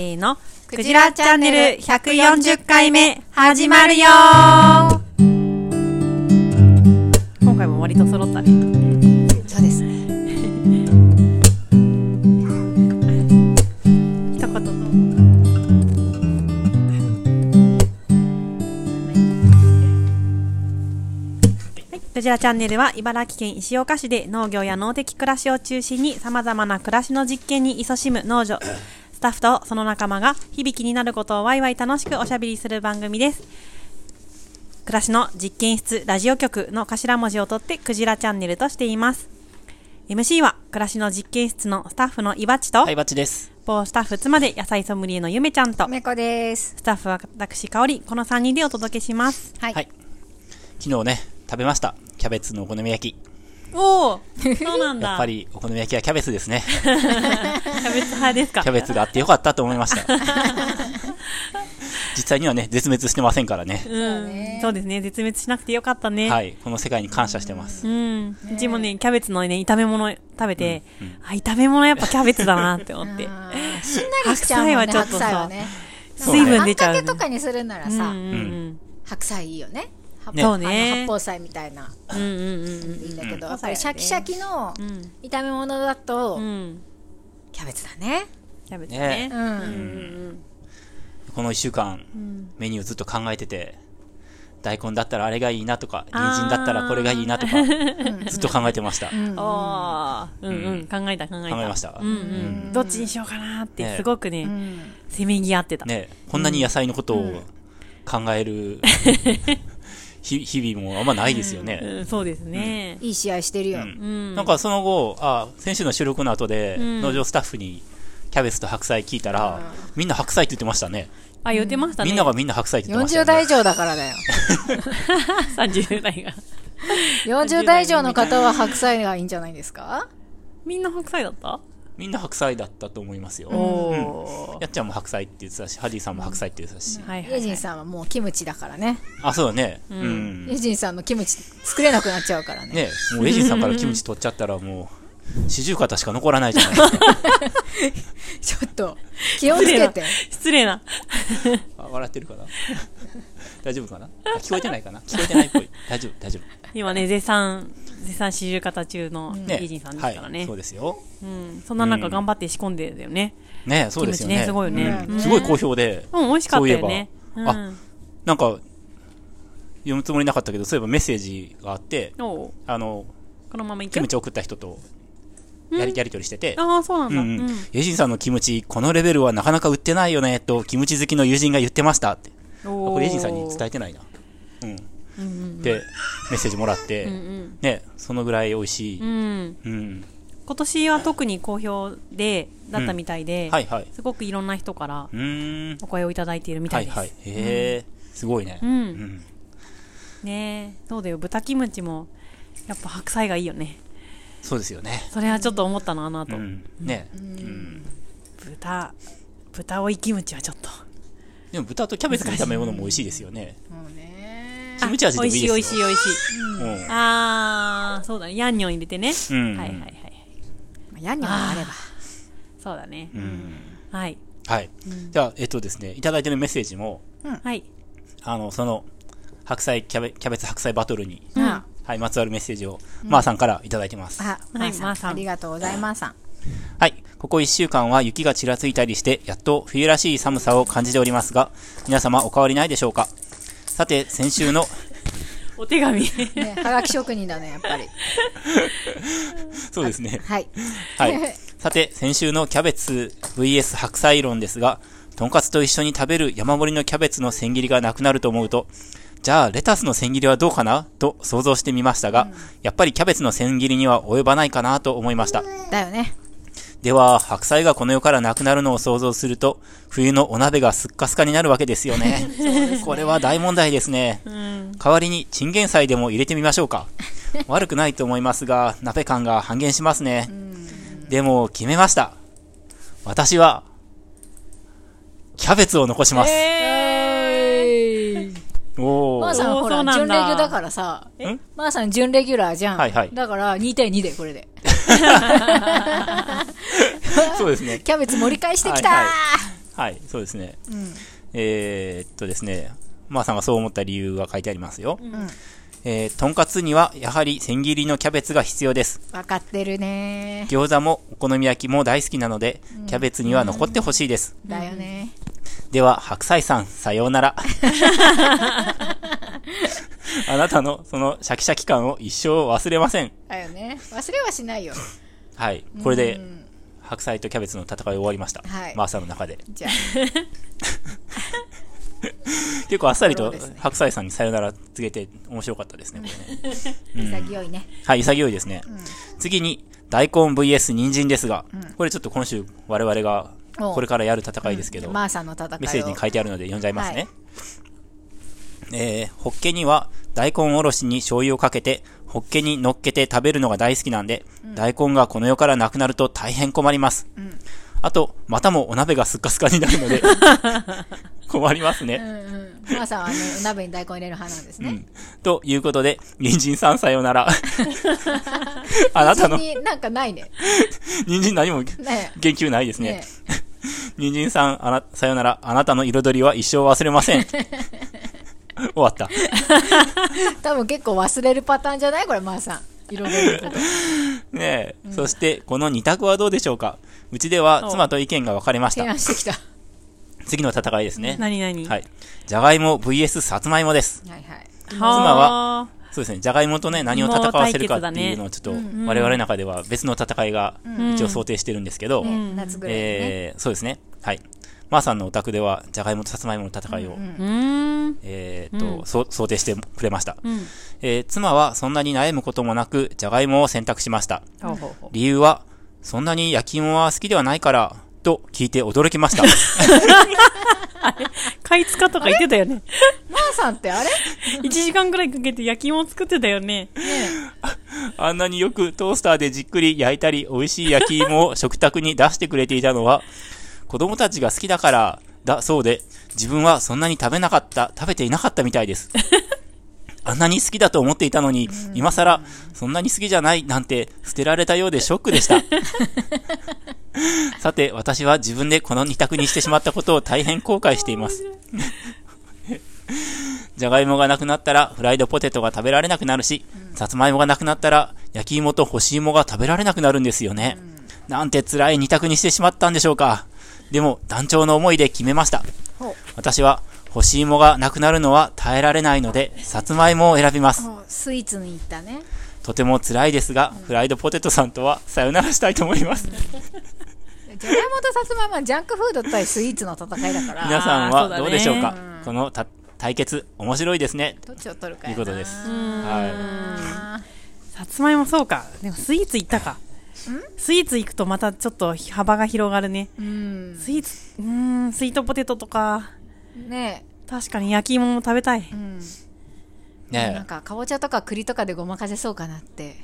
せーの。クジラチャンネル140回目始まるよ今回も割と揃ったね。そうですね。一言どうもはいクジラチャンネルは茨城県石岡市で農業や農的暮らしを中心に様々な暮らしの実験に勤しむ農女、スタッフとその仲間が日々気になることをワイワイ楽しくおしゃべりする番組です。暮らしの実験室ラジオ局の頭文字を取ってクジラチャンネルとしています。MC は暮らしの実験室のスタッフのいばちと、はい、バッチです。某スタッフ妻で野菜ソムリエのゆめちゃんと、めこです。スタッフは私香り、この3人でお届けします。はい。はい。昨日ね、食べました。キャベツのお好み焼き。おおそうなんだ。やっぱりお好み焼きはキャベツですね。 キャベツ派ですかキャベツがあってよかったと思いました。 実際にはね、絶滅してませんからね。うん。そうですね。絶滅しなくてよかったね。はい。この世界に感謝してます。うん。うちもね、キャベツのね、炒め物食べて、あ、炒め物やっぱキャベツだなって思 って。あーしんなりしちゃうもんね、白菜はちょっ白とさ菜はね。そうね水分出ちゃうあねんかけとかにするならうんうさ、ん白菜いいよね。八ねそうねあの八宝菜みたいな。うん。うんうんうんいいんだけど、うんやっぱりシャキシャキのん炒め物だとうん。う、ん。キャベツだね。キャベツねねう。ん。この一週間、メニューずっと考えてて、大根だったらあれがいいなとか、人参だったらこれがいいなとか、ずっと考えてました。考おーうんうん。考えた考えた。えました。うんうん。どっちにしようかなって、ねすごくね、せめぎ合ってた。ね、こんなに野菜のことを考 える、ひ日々もあんまないですよね。うんそうですね。いい試合してるよ。なんかその後、あ先週の収録の後で、ん農場スタッフにキャベツと白菜聞いたら、みんな白菜って言ってましたね。あ、言ってましたね。み んながみんな白菜って言ってました40よ代以ね。上だからだよ。 30代が。 40代以上の方は白菜がいいんじゃないですかみんな白菜だったみんな白菜だったと思いますよ。おー。やっちゃんも白菜って言ってたし、ハディさんも白菜って言ってたし。はいはエジいン。さんはもうキムチだからね。あ、そうだね。うん。エジンさんのキムチ作れなくなっちゃうからね。ねもうエジンさんからキムチ取っちゃったらも う、四十肩しか残らないじゃないですか。ちょっと、気をつけて。失礼な。あ笑ってるかな 大丈夫かなあ聞こえてないかな聞こえてないっぽい。大丈夫、大丈夫。今ね、絶賛、絶賛四十肩中のね。イジンさんですからはねい、そ。うですよ。うん。そんな中頑張って仕込んでるよね。ねそうキムでチすよね。ね、すごいよね。すごい好評で、うん、美味しかったよね。そううんいえばなんか、読むつもりなかったけど、そういえばメッセージがあって、おうあの、このままいくキムチ送った人とやり、やり取りしてて、ああ、そううんうなんだ。うんん。ユジンさんのキムチ、このレベルはなかなか売ってないよね、と、キムチ好きの友人が言ってましたって。あここれユジンさんに伝えてないな。うん。で、メッセージもらって、うんね、そのぐらい美味しい。ううん。ん。今年は特に好評で、だったみたいで、はいはい。すごくいろんな人からうーん。お声をいただいているみたはいいです。はい。へえ、すごいね。うんうん。ねえ、そうだよ。豚キムチも、やっぱ白菜がいいよね。そうですよね。それはちょっと思ったな、あの後。うん。ね。うん。豚、豚追いキムチはちょっと。でも豚とキャベツの炒め物も美味しいですよね。もうね。キムチ味でもいいですよ。美味しい美味しい美味しい。うんあー、そうだね。ヤンニョン入れてね。うんはいはいはい。まあ、ヤンニョムがあれば。そうだね。うんはい。はい。じゃあ、えっとですね、いただいてるメッセージも、はい。あの、その、白菜、キャベキャベツ白菜バトルに、うんあ、はい、まつわるメッセージを、まーさんからいただいてます。まあまあささん。んありがとうございます。はい。ここ1週間は雪がちらついたりして、やっと冬らしい寒さを感じておりますが、皆様お変わりないでしょうかさて、先週の、お手紙。ね、はがき職人だね、やっぱ り。 そうですね。はい。はい。さて、先週のキャベツ VS 白菜論ですが、とんかつと一緒に食べる山盛りのキャベツの千切りがなくなると思うと、じゃあレタスの千切りはどうかなと想像してみましたが、やっぱりキャベツの千切りには及ばないかなと思いました。 だよね。では、白菜がこの世からなくなるのを想像すると、冬のお鍋がすっかすかになるわけですよ ね。これは大問題ですね。代わりに、チンゲン菜でも入れてみましょ うか。悪くないと思いますが、鍋感が半減しますね。でも、決めました。私は、キャベツを残します。えー、おまー ー。さんおーほそらうなんだ準レギュだからさえまーさん準レギュラーじゃん、はいはいだから2対2でこれでそうですね。キャベツ盛り返してきたー、はいはい、そうですね。うんえーっとですね、まあさんがそう思った理由が書いてありますよ。うんえーとんかつにはやはり千切りのキャベツが必要です。分かってるね餃子もお好み焼きも大好きなので、キャベツには残ってほしいです。だよねでは、白菜さん、さよう なら。あなたのそのシャキシャキ感を一生忘れません。だよね忘れはしないよはい。これでう、ん白菜とキャベツの戦い終わりました。はいマーサの中で。じゃあ結構あっさりとそうですね白菜さんにさよなら告げて面白かったですね、これね。潔いねはい、潔いですね。次に、大根 VS 人参ですが、これちょっと今週我々がおうこれからやる戦いですけど、マーサの戦いをメッセージに書いてあるので読んじゃいますね。えー、ホッケには大根おろしに醤油をかけて、ホッケに乗っけて食べるのが大好きなんで、大根がこの世からなくなると大変困ります。あと、またもお鍋がスッカスカにな るので、困りますね。うんうんマーサはあのお鍋に大根入れる派なんですねということで、人参さんさよう なら。あなたの別になんかないね人参何もね言及ないですえね。ね人参さんあな、さよなら、あなたの彩りは一生忘れ ません。終わった。え多分結構忘れるパターンじゃないこれマーさんいろいろことねえ、そして、この二択はどうでしょうかうちでは妻と意見が分かれまし提た案。してきたは次の戦いですね。 何々はい。じゃがいも VS さつまいもです。いはいはそうですね。じゃがいもとね、何を戦わせるかっていうのをちょっと、我々の中では別の戦いがん一応想定してるんですけど、ね夏ぐらいにねえーそうですね。はい。まー、さんのお宅では、じゃがいもとさつまいもの戦いうを、ーんえーっと、そう想定してくれました。うんえー妻はそんなに悩むこともなく、じゃがいもを選択しました。ほうほうほ理由は、そんなに焼き芋は好きではないから、と聞いて驚きました。う貝塚とか言ってたよね マーさんってあれ1時間ぐらいかけて焼き芋を作ってたよね あんなによくトースターでじっくり焼いたり、美味しい焼き芋を食卓に出してくれていたのは、子供たちが好きだから、だそうで、自分はそんなに食べなかった、食べていなかったみたい です。あんなに好きだと思っていたのに、今更、そんなに好きじゃないなんて捨てられたようでショックで した。さて、私は自分でこの二択にしてしまったことを大変後悔しています。じゃがいもがなくなったらフライドポテトが食べられなくなるし、さつまいもがなくなったら焼き芋と干し芋が食べられなくなるんですよね。なんて辛い二択にしてしまったんでしょうか。でも団長の思いで決めました。ほう私は干し芋がなくなるのは耐えられないので、さつまいもを選びます。もうスイーツに行ったねとても辛いですが、フライドポテトさんとはさよならしたいと思います。じゃがいもとさつまいもはジャンクフード対スイーツの戦いだから皆さんはどうでしょうかそうこのた対決、面白いですね。どっちを取るかといやうなことです。はあさつまいもそうかでもスイーツ行ったかスイーツ行くとまたちょっと幅が広がるねーうんスイーツうーんスイートポテトとかね確かに焼き芋も食べたいえ、うんい。なねんかかぼちゃとか栗とかでごまかせそうかなって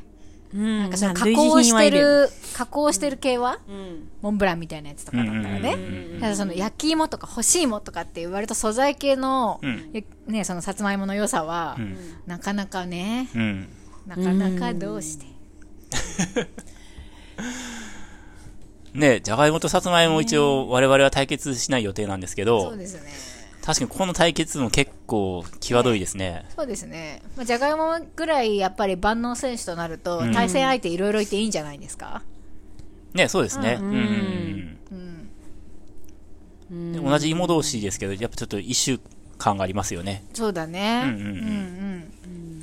うんなんかその加類似工し品はて入れる加工してる系は、うんモンブランみたいなやつとかだったらね、うんうんうんただその焼き芋とか干し芋とかって割と素材系の、うんやね、そのさつまいもの良さは、んなかなかねえ。うん。なかなかどうして、ねえ、じゃがいもとさつまいも一応我々は対決しない予定なんですけそどう、ですね確かにここの対決も結構際どいですね。そうですね、まあ、じゃがいもぐらいやっぱり万能選手となると、うん対戦相手いろいろいていいんじゃないですか、ねえそうですね。ううんんうんうん、うんで同じ芋同士ですけど、やっぱちょっと一種感がありますよね。そうだねうんうんうんうんう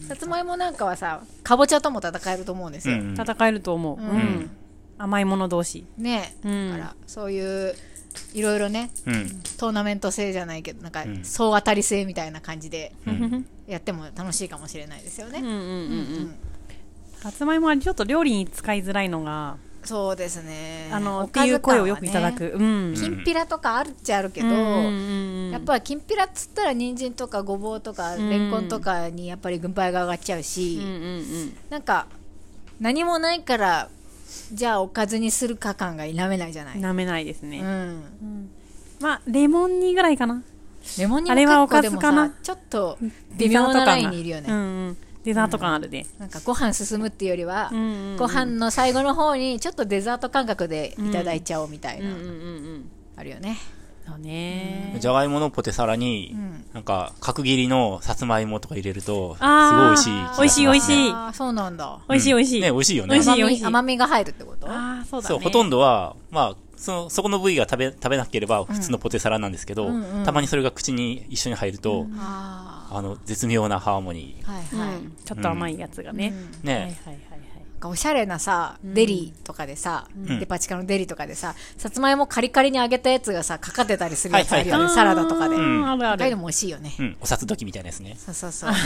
んさつまいもなんかはさかぼちゃとも戦えると思うんですうよ、ん。戦えると思う、うんん甘いもの同士ね、うんだからそういういろいろねうん。トーナメント制じゃないけどなんかん総当たり制みたいな感じでうん。やっても楽しいかもしれないですよね、うんうんうんうんさつまいもはちょっと料理に使いづらいのが、そうですねあの、おってかずいう声をよ感はくねいただく。うん。きんぴらとかあるっちゃあるけど、やっぱりきんぴらっつったら人参とかごぼうとかんれんこんとかにやっぱり軍配が上がっちゃうし、うんうんうん。なんか何もないからじゃあおかずにするか感が否めないじゃない、舐めないですうね。ん、まあ、レモン煮ぐらいかな。レモンにあれはもおか結構ずでもかなさちょっと微妙なラインにいるよね、デザート感がうんうん。デザート感あるで。なんかご飯進むっていうよりは、んうんうんご飯の最後の方にちょっとデザート感覚でいただいちゃおうみたいな、うんうん。あるよねだね。じゃがいものポテサラに、んなんか、角切りのさつまいもとか入れると、すごいあー美味しい気がします、美ね。味しい美味しいあーそうなんだ美味しい美味しい。ね、美味しいよね。美味しい甘美み味しい甘みが入るってことああ、そうだね。そう、ほとんど。どは、まあ、その、そこの部位が食べ、食べなければ普通のポテサラなんですけど、うんうんたまにそれが口に一緒に入ると、ああの、絶妙なハーモニあはいはい、うん。ちょっと甘いやつがね。ー。はいはいね、はいはい。なんかおしゃれなさ、デリとかでさ、んデパ地下のデリとかでさ、さつまいもカリカリに揚げたやつがさ、かかってたりするやつあるよね、はいサラダとかで。あーうんあるあああいうのる。も美味しいよね。うん、お札時みたいなやつね。そうそうそう。 あ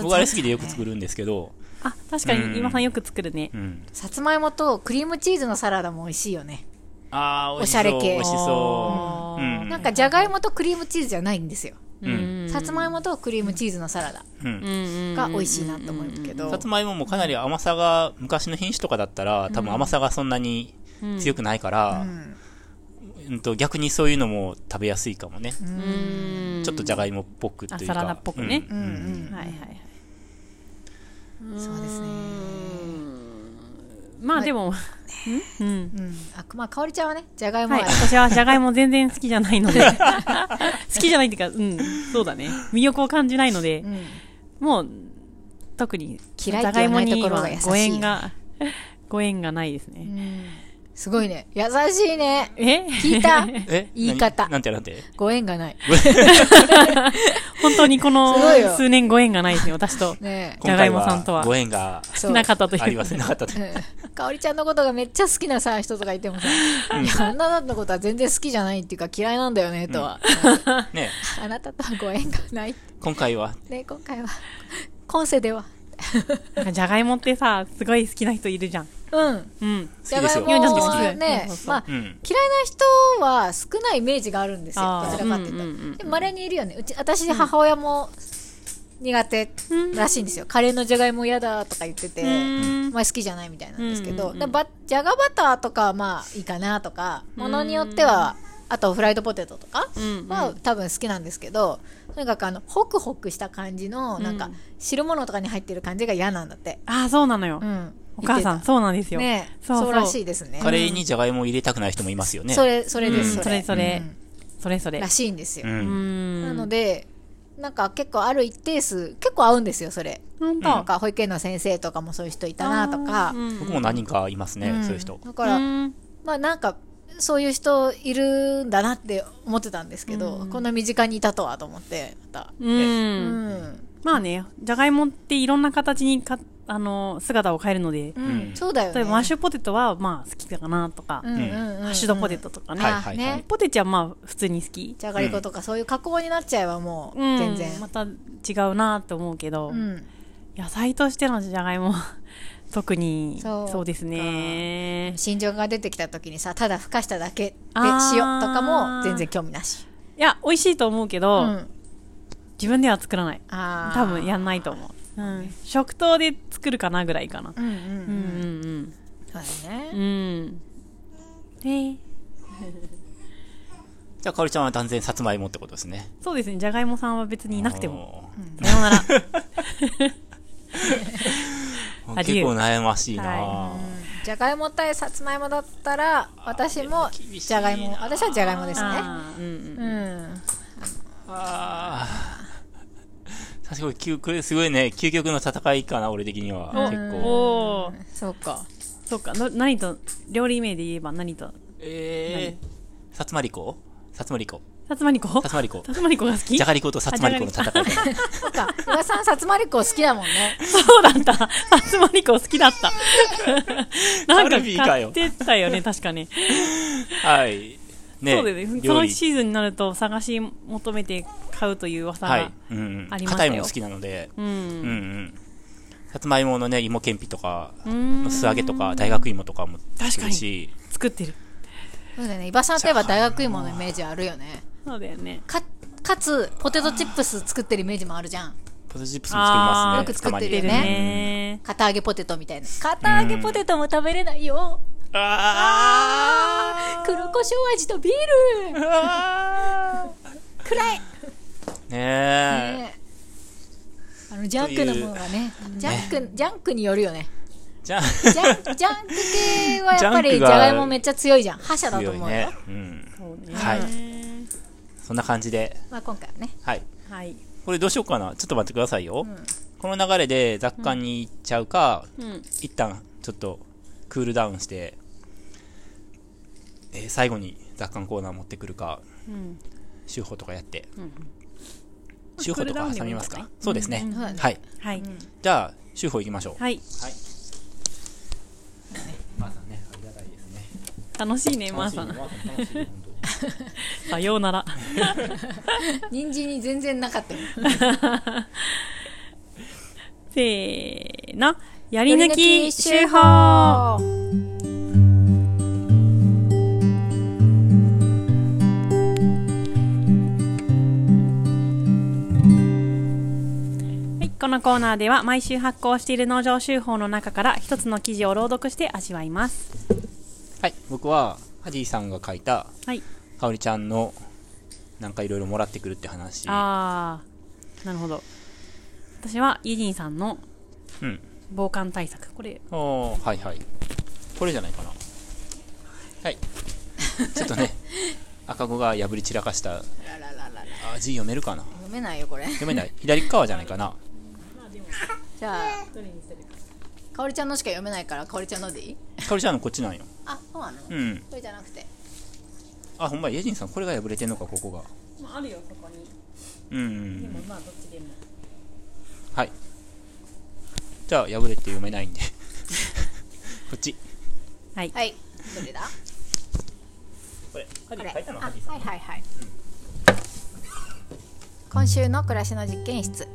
僕あれ好きでよく作るんですけど、あ、確かうんに今さんよく作るねう。ん。さつまいもとクリームチーズのサラダも美味しいよね。あー、美味しそおう。しゃれ系美味しそあう。うーん。なんかじゃがいもとクリームチーズじゃないんですよ。うんうんさつまいもとクリームチーズのサラダうんが美味しいなと思うけど。さつまいももかなり甘さが、昔の品種とかだったら、多分甘さがそんなに強くないから、うんと逆にそういうのも食べやすいかもね。ちょっとじゃがいもっぽくというか。あサラダっぽくねうんうんはいはいはい。そうですね。まあでも、うん。あ、まあ、かおりちゃんはね、じゃがいもは、はい私はじゃがいも全然好きじゃないので 好きじゃないっていうか、うん、そうだね魅力を感じないので、んもう特に嫌いって言わないところが優しいじゃがいもにはご縁が ご縁がないですね、すごいね。優しいね。え 聞いたえ言い方何なんてなんてご縁がない。本当にこのすごいよ数年ご縁がないですね私とねじゃがいもさんとは今回ご縁がそうなかったというあり ませんなかったというえ。うんかおりちゃんのことがめっちゃ好きなさ、人とかいてもさ、いや、あなたのことは全然好きじゃないっていうか嫌いなんだよね、とは。ねあなたとはご縁がない。今回はね、今回は、今世では。なんかじゃがいもってさすごい好きな人いるじゃんうん。うん好きですよじゃがいも好きはですねそうそう、そうまあ、う嫌いなん人は少ないイメージがあるんですよ。あーどちらかっていうと。うんうんうんうんで稀にいるよね。うち、私、母親も苦手らしいんですよ。カレーのじゃがいも嫌だとか言ってて。うんまあ好きじゃないみたいなんですけど、うんうんうんだばじゃがバターとかはまあいいかなとかものによってはあとフライドポテトとかうんうんは多分好きなんですけど、とにかくあのホクホクした感じのなんうかん汁物とかに入ってる感じが嫌なんだって、ああそうなのよ、うん、お母さんそうなんですよ、ねそそううそうらしいですねカレーにじゃがいもを入れたくない人もいますよねそれそれです、うんそれそれそれそうんれらしいんですよ、ううんんなのでなんか結構ある一定数結構合うんですよそれ本当なんか保育園の先生とかもそういう人いたなとか、うん僕も何人かいますねんそういう人だから、うんまあなんかそういう人いるんだなって思ってたんですけど、こんな身近にいたとはと思ってまうた、うんんまあね、じゃがいもっていろんな形にか、あの、姿を変えるので、うんそうだよね例えばマッシュポテトはまあ好きかなとか、うんうんうんハッシュドポテトとかね。はいあはいはねいポテチはまあ普通に好き。じゃがりことかそういう加工になっちゃえばもううん、全然、また違うなと思うけど、うん野菜としてのじゃがいも は、特に、そうそうですね。新情が出てきた時にさただふかしただけであー塩とかも全然興味なし、いや、美味しいと思うけど、うん、自分では作らない。あー多分やんないと思う。うん。食堂で作るかなぐらいかな。うんうんううんんうんそうだうん。ねうん。で、じゃあかおりちゃんは断然さつまいもってことですねそうですね、じゃがいもさんは別にいなくても。うんさようなら。あもう結りえ構悩ましいなはじゃがいも対さつまいもだったら私もでも厳しいなじゃがいも私はじゃがいもですねあーうんううんんあー確かに究これすごいね究極の戦いかな俺的にはお結構おーそうかそうかの何と料理名で言えば何とえーさつまりこさつまりこさつまりこさつまりこさつまりこが好きじゃがりことさつまりこの戦いかなそうか岩さんさつまりこ好きだもんねそうだったさつまりこ好きだった なんカかルビーか買よってたよね確か ねはい。ね、そうですねそ料の理シーズンになると探し求めて買うという噂が、はい。うんあ。りました硬よいもの好きなので、ううんうんん。さつまいものね、芋けんぴとか、ん素揚げとか、大学芋とかも確作かるにし、作ってるそうだよね岩さんといえば大学芋のイメージあるよねそうだよねかかつポテトチップス作ってるイメージもあるじゃんポテトチップスも作りますね。あーよく作ってる出よるねたまにね片揚げポテトみたいな片揚げポテトも食べれないよあ黒胡椒味とビール暗いーねえ。ねあのジャンクのものがねジャンクジャンクによるよねじゃあ、ジャンジャンク系はやっぱりジじャンクがゃがいもめっちゃ強いじゃん。覇者だと強い思うよ。ね。うん。そうねはい。そんな感じで。まあ今回はねはい。はい。これどうしようかな。ちょっと待ってくださいよ。この流れで雑感に行っちゃうか、うん。一旦ちょっとクールダウンして、えー最後に雑感コーナー持ってくるか、うん。週報とかやって。うん週報とか挟みますかそうですねうん。そうだねはい。はい。じゃあ、週報行きましょう。はい。はい。まあね、ありがたいですね。楽しいね、まーさん。 さようなら。人参に全然なかったよせーの。やり抜き週集報報はい、このコーナーでは毎週発行している農場集報の中から一つの記事を朗読して味わいます。はい、僕は、ハジーさんが書いた、はい。かおりちゃんの、なんかいろいろもらってくるって話。あー、なるほど。私は、イジンさんのうん。防寒対策。これ、おー、はいはい。これじゃないかな。はい。ちょっとね、 赤子が破り散らかした、あラララララー字読めるかな読めないよこれ読めない。左側じゃないかな。じゃあかおりちゃんのしか読めないからかおりちゃんのでいいかおりちゃんのこっちなんよ。あそうなの、うこん。れじゃなくてあ、ほんまや、イェジンさん、これが破れてんのか、ここが。あるよ、そこに。うんうんうん。まあ、どっちでも。はい。じゃあ、破れて読めないんで。 こっち。はい。はいどれだこれ、ハこジれーあ書いたのはハいジーさん。はいはい、今週の暮らしの実験室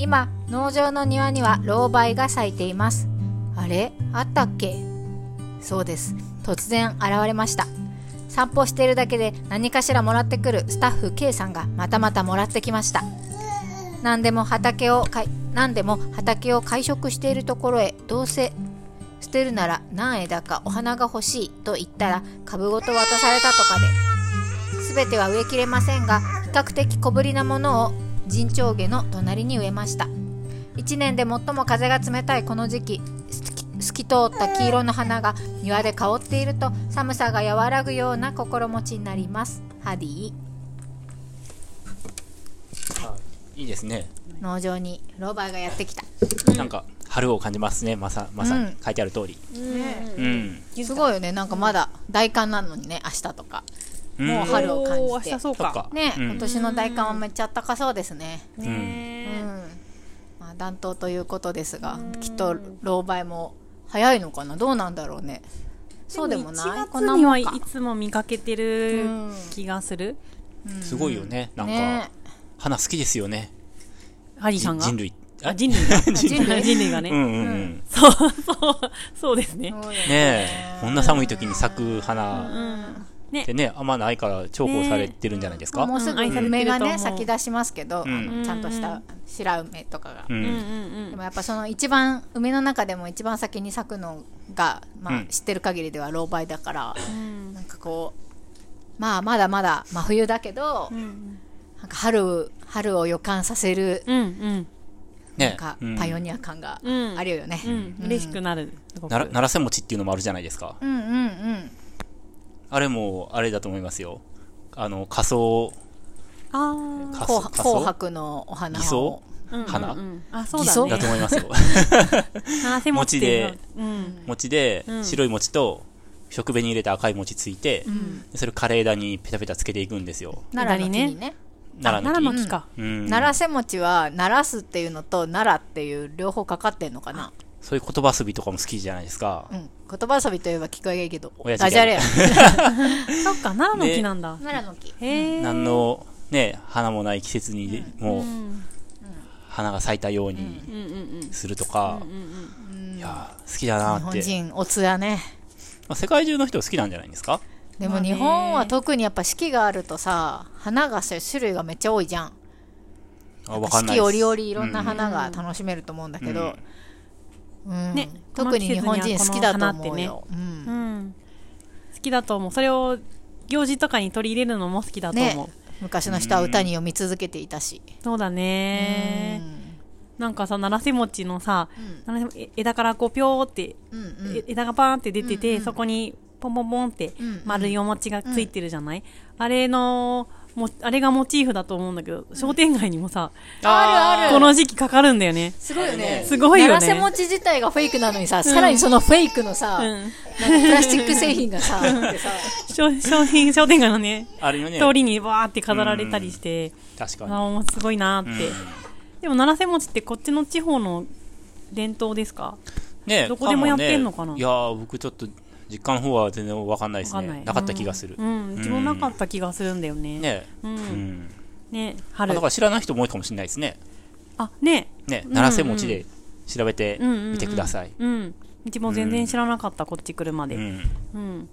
今農場の庭には老梅が咲いていますあれあったっけそうです突然現れました散歩しているだけで何かしらもらってくるスタッフ K さんがまたまたもらってきました何でも畑をかい何でも畑を会食しているところへどうせ捨てるなら何枝かお花が欲しいと言ったら株ごと渡されたとかで全ては植えきれませんが比較的小ぶりなものを陣長下の隣に植えました1年で最も風が冷たいこの時期すき透き通った黄色の花が庭で香っていると寒さが和らぐような心持ちになりますハディいいですね。農場にロバーがやってきた、なんか、春を感じますね、まさ、まさに、うん書いてある通り。うん。すごいよねなんかまだ大寒なのにね明日とかうんもう春を感じておー明日そうそっか。か。ね、うん今年の大寒はめっちゃ暖かそうですねねえうんまあ、暖冬ということですがきっと老梅も早いのかなどうなんだろうねそうでもない1こ月んなにもはんいかつも見かけてる気がする。すごいよね。なんか、ね花好きですよね。ハリーさんが人類。あ人類が人類人類がうんね。うんうん。そう、そう、そうですね。そうだよねえ、こんな寒い時に咲く花ねってね、あんまないから重宝されてるんじゃないですか。もうすぐうん愛されてる梅がと思ねう咲き出しますけど、あうのちゃんとした白梅とかが、う。うんうんんでもやっぱその一番梅の中でも一番先に咲くのが、まうあん、知ってる限りでは老梅だから、んなんかこうまあまだまだ真冬だけど、うん。なんか春春を予感させるうんうん。なんねかうんパイオニア感がうんあるよね。うん。嬉しくなる。すごくなら、ならせ餅っていうのもあるじゃないですか。うんうんうん。あれも、あれだと思いますよ。あの、仮想、あー紅仮想、白仮紅想白のお花偽を装。うんうんうん花あ、そう偽装だだとね。思いますよ。七瀬餅っていうのうん。 餅で、ん白い餅と、食紅に入れた赤い餅ついて、それ枯れ枝にペタペタつけていくんですよ。奈良の木に枝ね。奈良奈良のの木。木か。うん奈良瀬餅は、奈良すっていうのと奈良っていう両方かかってんのかな。そういう言葉遊びとかも好きじゃないですかう。ん。言葉遊びといえば聞こえがいいけど、親父ダジャレや。そっか、奈良の木なん だ。奈良の木。へえ。何のね、花もない季節に、もう、うん花が咲いたようにうんうんするとか、いやー好きだな日ーっ本て、人、おつやね。まあ、世界中の人好きなんじゃないんですかでまもあね日本は特にやっぱ四季があるとさ、花がさ種類がめっちゃ多いじゃん。あわか四んな季いです折々いろんな花が楽しめると思うんだけど、うんね特に日本人好きだと思うよ。うんうん。うん。好きだと思う。それを行事とかに取り入れるのも好きだと思うね。、昔の人は歌に読み続けていたし、そうだねなんかさ、ならせ餅のさ、ならせえ枝からこう、ぴょーって、うんうんえ枝がパーンって出てて、そこに、ポンポンポンってんうん、丸いお餅がついてるじゃない、あれの、もあれがモチーフだと思うんだけど、商店街にもさ、あるあ るこの時期かかるんだよね。すごいよね。すごいよね長瀬餅自体がフェイクなのにさ、さらにそのフェイクのさ、うなんかん。プラスチック製品がさ、あってさ商 商品、商店街のね、あるよね。通りにわーって飾られたりして、確かに。ああ、もうすごいなーって。でも、七瀬餅ってこっちの地方の伝統ですかねどこでもやってんのかなもねいやー僕ちょっと実家の方は全然わかんないですわかんなねいなかった気がする、うん、うちもなかった気がするんだよね。ねう。うんんね、あ春だか。ら知らない人も多いかもしれないですねあ、ね、ねうん七瀬餅で調べてうんうんうんみてくださいうん。うちも全然知らなかった、こっち来るまうで。んうん。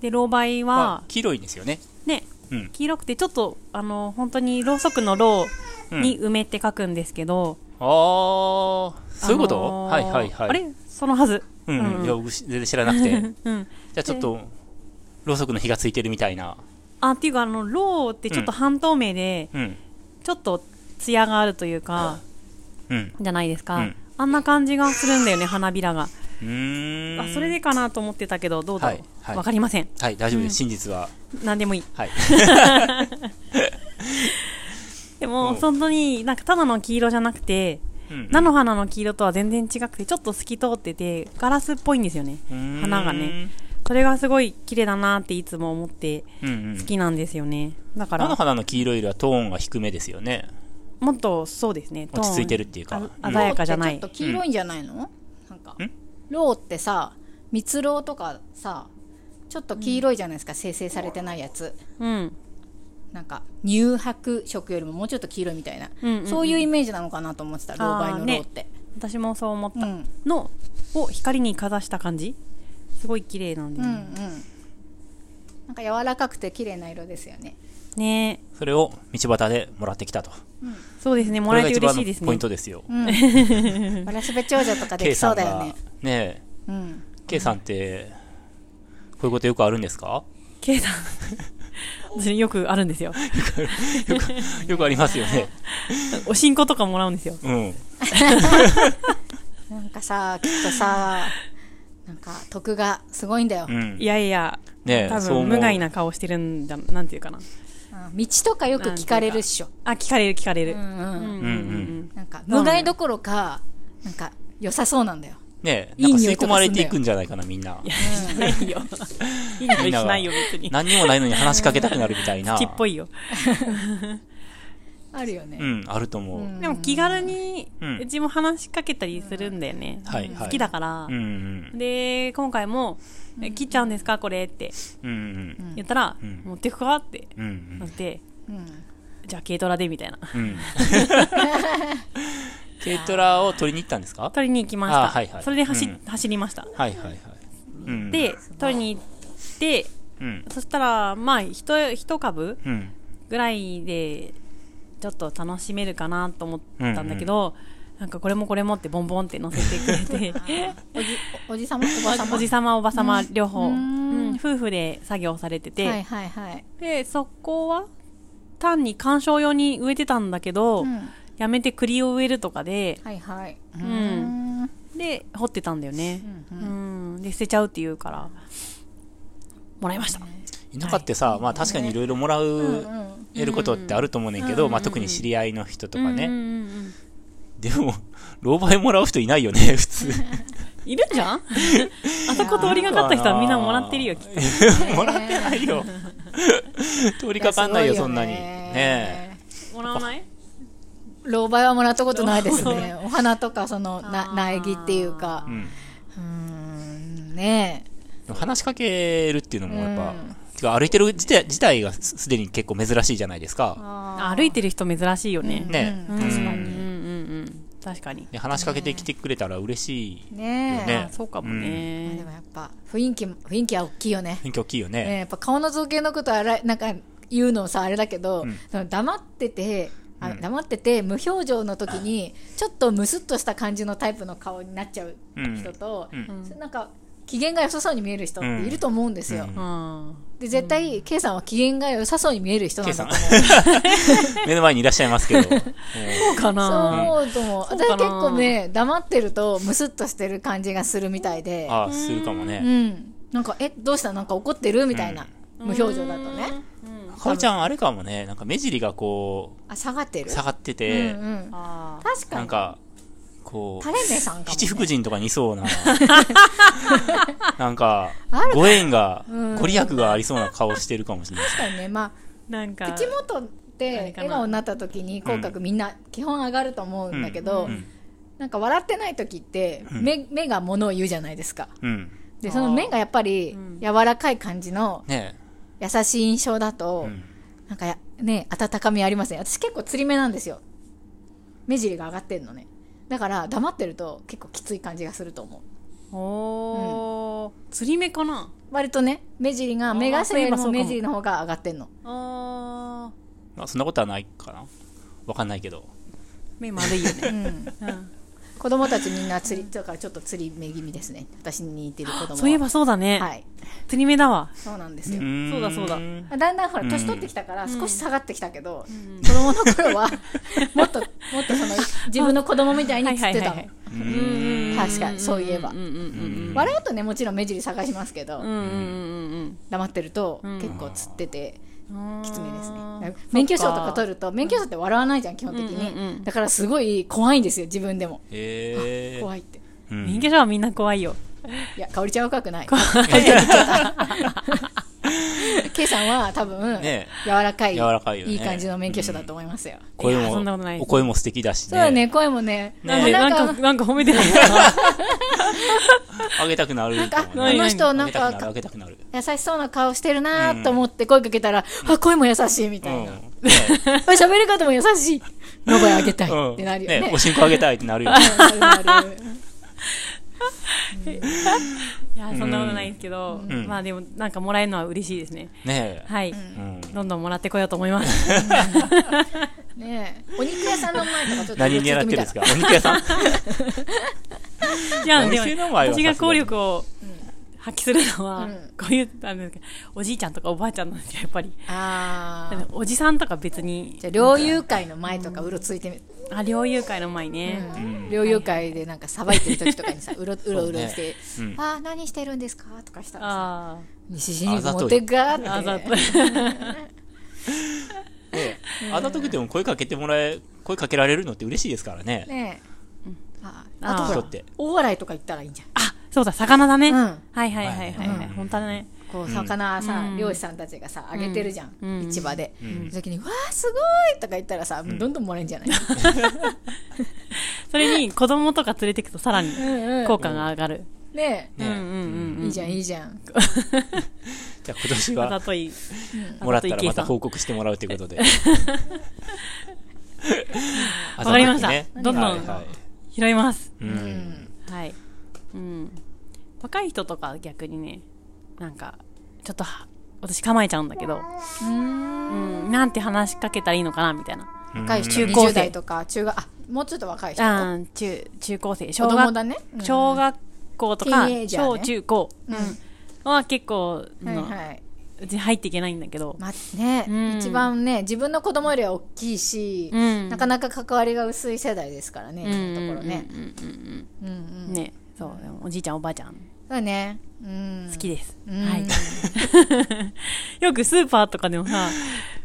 で、老梅まあは、黄色いんですよねね、うん黄色くて、ちょっと、あの、本当に、ろうそくのろううんに梅って書くんですけど、あーそういうこと、あのーはいはいはいあれそのはず。うんうん、うんいや僕全然知らな くてじうん。ゃあちょっとろうそくの火がついてるみたいなあ、っていうか、あの、ろうってちょっと半透明で、うんちょっと、艶があるというか、うんじゃないですか。うんあんな感じがするんだよね、花びらが。うーんあ、それでかなと思ってたけど、どうだろうはいわ、はいかりません。はい大丈夫です、真実はなんでもいい。 はいでも、うん本当に、なんかただの黄色じゃなくて、菜の花の黄色とは全然違くて、ちょっと透き通ってて、ガラスっぽいんですよね。花が花ねそれがすごい綺麗だなっていつも思ってうんうん好きなんですよね。だか菜のら、花の黄色よりはトーンが低めですよねもっとそうですね、落ち着いてる。るっていうかあ鮮やかじゃないロウってちょっと黄色いんじゃないの、なんかん。ロウってさ、蜜ロウとかさ、ちょっと黄色いじゃないですか、生成されてないやつ。うん。なんか乳白色よりももうちょっと黄色いみたいな、うんうんうんそういうイメージなのかなと思ってたロウバイあーのねロウって、私もそう思っうん、うた。んの、を光にかざした感じすごい綺麗なんでうんね。なんか柔らかくて綺麗な色ですよねねそれを道端でもらってきたとそうですね、もこられえてが一嬉番しいですのポイねン。トですようん わらしべ長者とかで K きそさうんだよがねねえうん K さんってこういうことよくあるんですかケイさん。私よくあるん ですよ。よくありますよねおしんことかもらうんですよ。うんなんかさきっとさなんか徳がすごいんだよ、うんいやいや、ね多そう思う分無害な顔してるんじゃ、なんていうかな。うん道とかよく聞かれるっしょあ、聞かれる聞かれる。うんううんんうんうん なんか無害どころかなんか良さそうなんだよ、ねえいないんか匂吸いいと込かますれんだよていくんじゃないかなみんなしない よ。いい匂いしないよ、別に。何にもないのに話しかけたくなるみたいなちっぽいよ。あるよね、うんあると思う、んでも気軽にうん、うちも話しかけたりするんだよね。はいはい好きだからうんう。んで、今回も、え切っちゃうんですかこれってうんうん言ったら、うん持ってくかってうんうなっんて、うんじゃあ軽トラでみたいな。うん 軽トラを取りに行ったんですか取りに行きました。あはいはいそれで走,、うん走りました。はいはいはい。うん、で、取りに行って、うん、そしたら、まあ、ひと、一株うん、ぐらいでちょっと楽しめるかなと思ったんだけど、なんかこれもこれもってボンボンって乗せてくれて おじおおじさまおばさまおじさまおばさま両方、ううんん、夫婦で作業されてて、はいはいはい、でそこは単に観賞用に植えてたんだけど、うん、やめて栗を植えるとかではいはいうんで掘ってたんだよね、ううんで捨てちゃうっていうからもらいました、田舎ってさ、まあ確かにいろいろもらう、うん得ることってあると思うねんけど、まあ特に知り合いの人とかね。うんうんうんうんでも、老媒もらう人いないよね、普通。いるんじゃんあそこ通りがかった人はみんなもらってるよきっともらってないよ。 通りかかんないよ、そんなに。いやすごいよねねもらわない老媒はもらったことないです ねお花とかそのな苗木っていうかえ。うん。うーんねでも話しかけるっていうのもやっぱ、てか歩いてる自体自体がすすでに結構珍しいじゃないですか。あ歩いてる人珍しいよね。ねうえ、んうんうんうんうん。確かに。で話しかけてきてくれたら嬉しい。えねえねあそうかもまあでねも。やっぱ雰囲気も雰囲気は大きいよね雰囲気大きいよねえね。やっぱ顔の造形のことはあらなんか言うのさあれだけど、その黙っててあ黙ってて無表情の時にちょっとムスッとした感じのタイプの顔になっちゃう人と、うんなんか機嫌が良さそうに見える人っていると思うんですよ、うん。で絶対 K さんは機嫌が良さそうに見える人なん K だとさん思う、目の前にいらっしゃいますけど。もうそうかなそう思うと思うそう私かな結構ね黙ってるとムスッとしてる感じがするみたいでああ、するかもねう。んなんかえどうしたなんか怒ってるみたいな、無表情だとねうんかおりちゃんあれかもねなんか目尻がこあ下がってうる下がってうんうて、ん、あー確かなにんかこタうレ目さんかも、ね、七福神とかに いそうななんかあるご縁がうんご利益がありそうな顔してるかもしれないです確かにねまなんあか口元ってあれかな笑顔になった時に口角みんな基本上がると思うんだけど、うんなんか笑ってない時ってうん目目がものを言うじゃないですかうんでその目がやっぱりうん柔らかい感じのね優しい印象だえ、うと、んなんかやね温かみありません私結構釣り目なんですよ目尻が上がってんのねだから黙ってると結構きつい感じがすると思うおー、釣り目かな割とね目尻あがー目頭よりそういえばそうもかも目尻の方が上がってんのあーまあ、そんなことはないかなわかんないけど目丸いよね うんうん子供たちみんな釣りだからちょっと釣り目気味ですね私に似てる子供はそういえばそうだね、はい釣り目だわそうなんですよ、そうだそうだんだんだんほらうん年取ってきたから少し下がってきたけど、ん子供の 頃はもっともっとその自分の子供みたいに釣ってたはいはいはいはいのううんん確かにそういえばうんうんうん笑うとねもちろん目尻探しますけど、うんうんうんうん黙ってるとうん結構釣っててうんきつめですね、あーだから免許証とか取ると免許証って笑わないじゃん基本的に、うんうんうんだからすごい怖いんですよ自分でもへえ怖いってうん免許証はみんな怖いよいや香りちゃんは怖くないケイさんは多分、ね柔らかい柔らかいよねいい感じの免許証だと思いますよ、声いやそんなこともないお声も素敵だしねそうだね声もねねえななんんかかなんか褒めてるなあげたくなるなんかかもあ何ねの人なあんげたくなるかあげたくなる優しそうな顔してるなーと思って声かけたら、あ声も優しいみうたんいな、ねあ喋り方も優しいの声あげたい ってなるよね,、ねおしんこあげたいってなるよ なるなるいやそんなことないんですけど、んまあでもなんかもらえるのは嬉しいですねねえはい、うんどんどんもらってこようと思います。ねえお肉屋さんの前とかちょっと何狙ってるんですかお肉屋さんいや、でおも店の、前は私が効力を発揮するのは、うんこういう、あの、おじいちゃんとかおばあちゃんなんですよ、やっぱり。あであもおじさんとか別にじ、ゃあ猟友会の前とかうろついてみあ、猟友会の前ね。うん猟友会でなんかさばいてる時とかにさうろうろうろしてそうね「ああ何してるんですか?」とかしたらさあ西陣にモテがあ、あーざってと。ねえあんな時でも声かけてもらえ声かけられるのって嬉しいですからねねえああーあとほ人らって大洗とか行ったらいいんじゃんあ、そうだ、魚だね。うんはいはいはいはい、はいうん本当だね。こう魚さうん漁師さんたちがさあげてるじゃうんん市場でんその時に「わあすごい!」とか言ったらさどんどんもらえんじゃないそれに、子供とか連れてくとさらにんうん効果が上がる。ねうんうんねえうんうえん。いいじゃんいいじゃんじゃあ今年あざはとい。もらったあざとらいま計た算報告してもらうということ でわわかりましたどんどん拾います。ううんんはい。うん。若い人とか逆にね、なんか、ちょっとは、私構えちゃうんだけど、うん、なんて話しかけたらいいのかな、みたいな。若い人中高生20代とか中学あもうちょっと若い人子うん、中、中高生、小供学、だねうん小学校とか、ティーンエイジャーね小中高、は結構、はいのはい、うち入っていけないんだけど、まね、うん一番ね自分の子供よりは大きいし、うんなかなか関わりが薄い世代ですからね、今のところねう、んうんうんううんんね、そう、でもおじいちゃんおばあちゃん、そうね、うん、好きです。うんはい。 よくスーパーとかでも さ、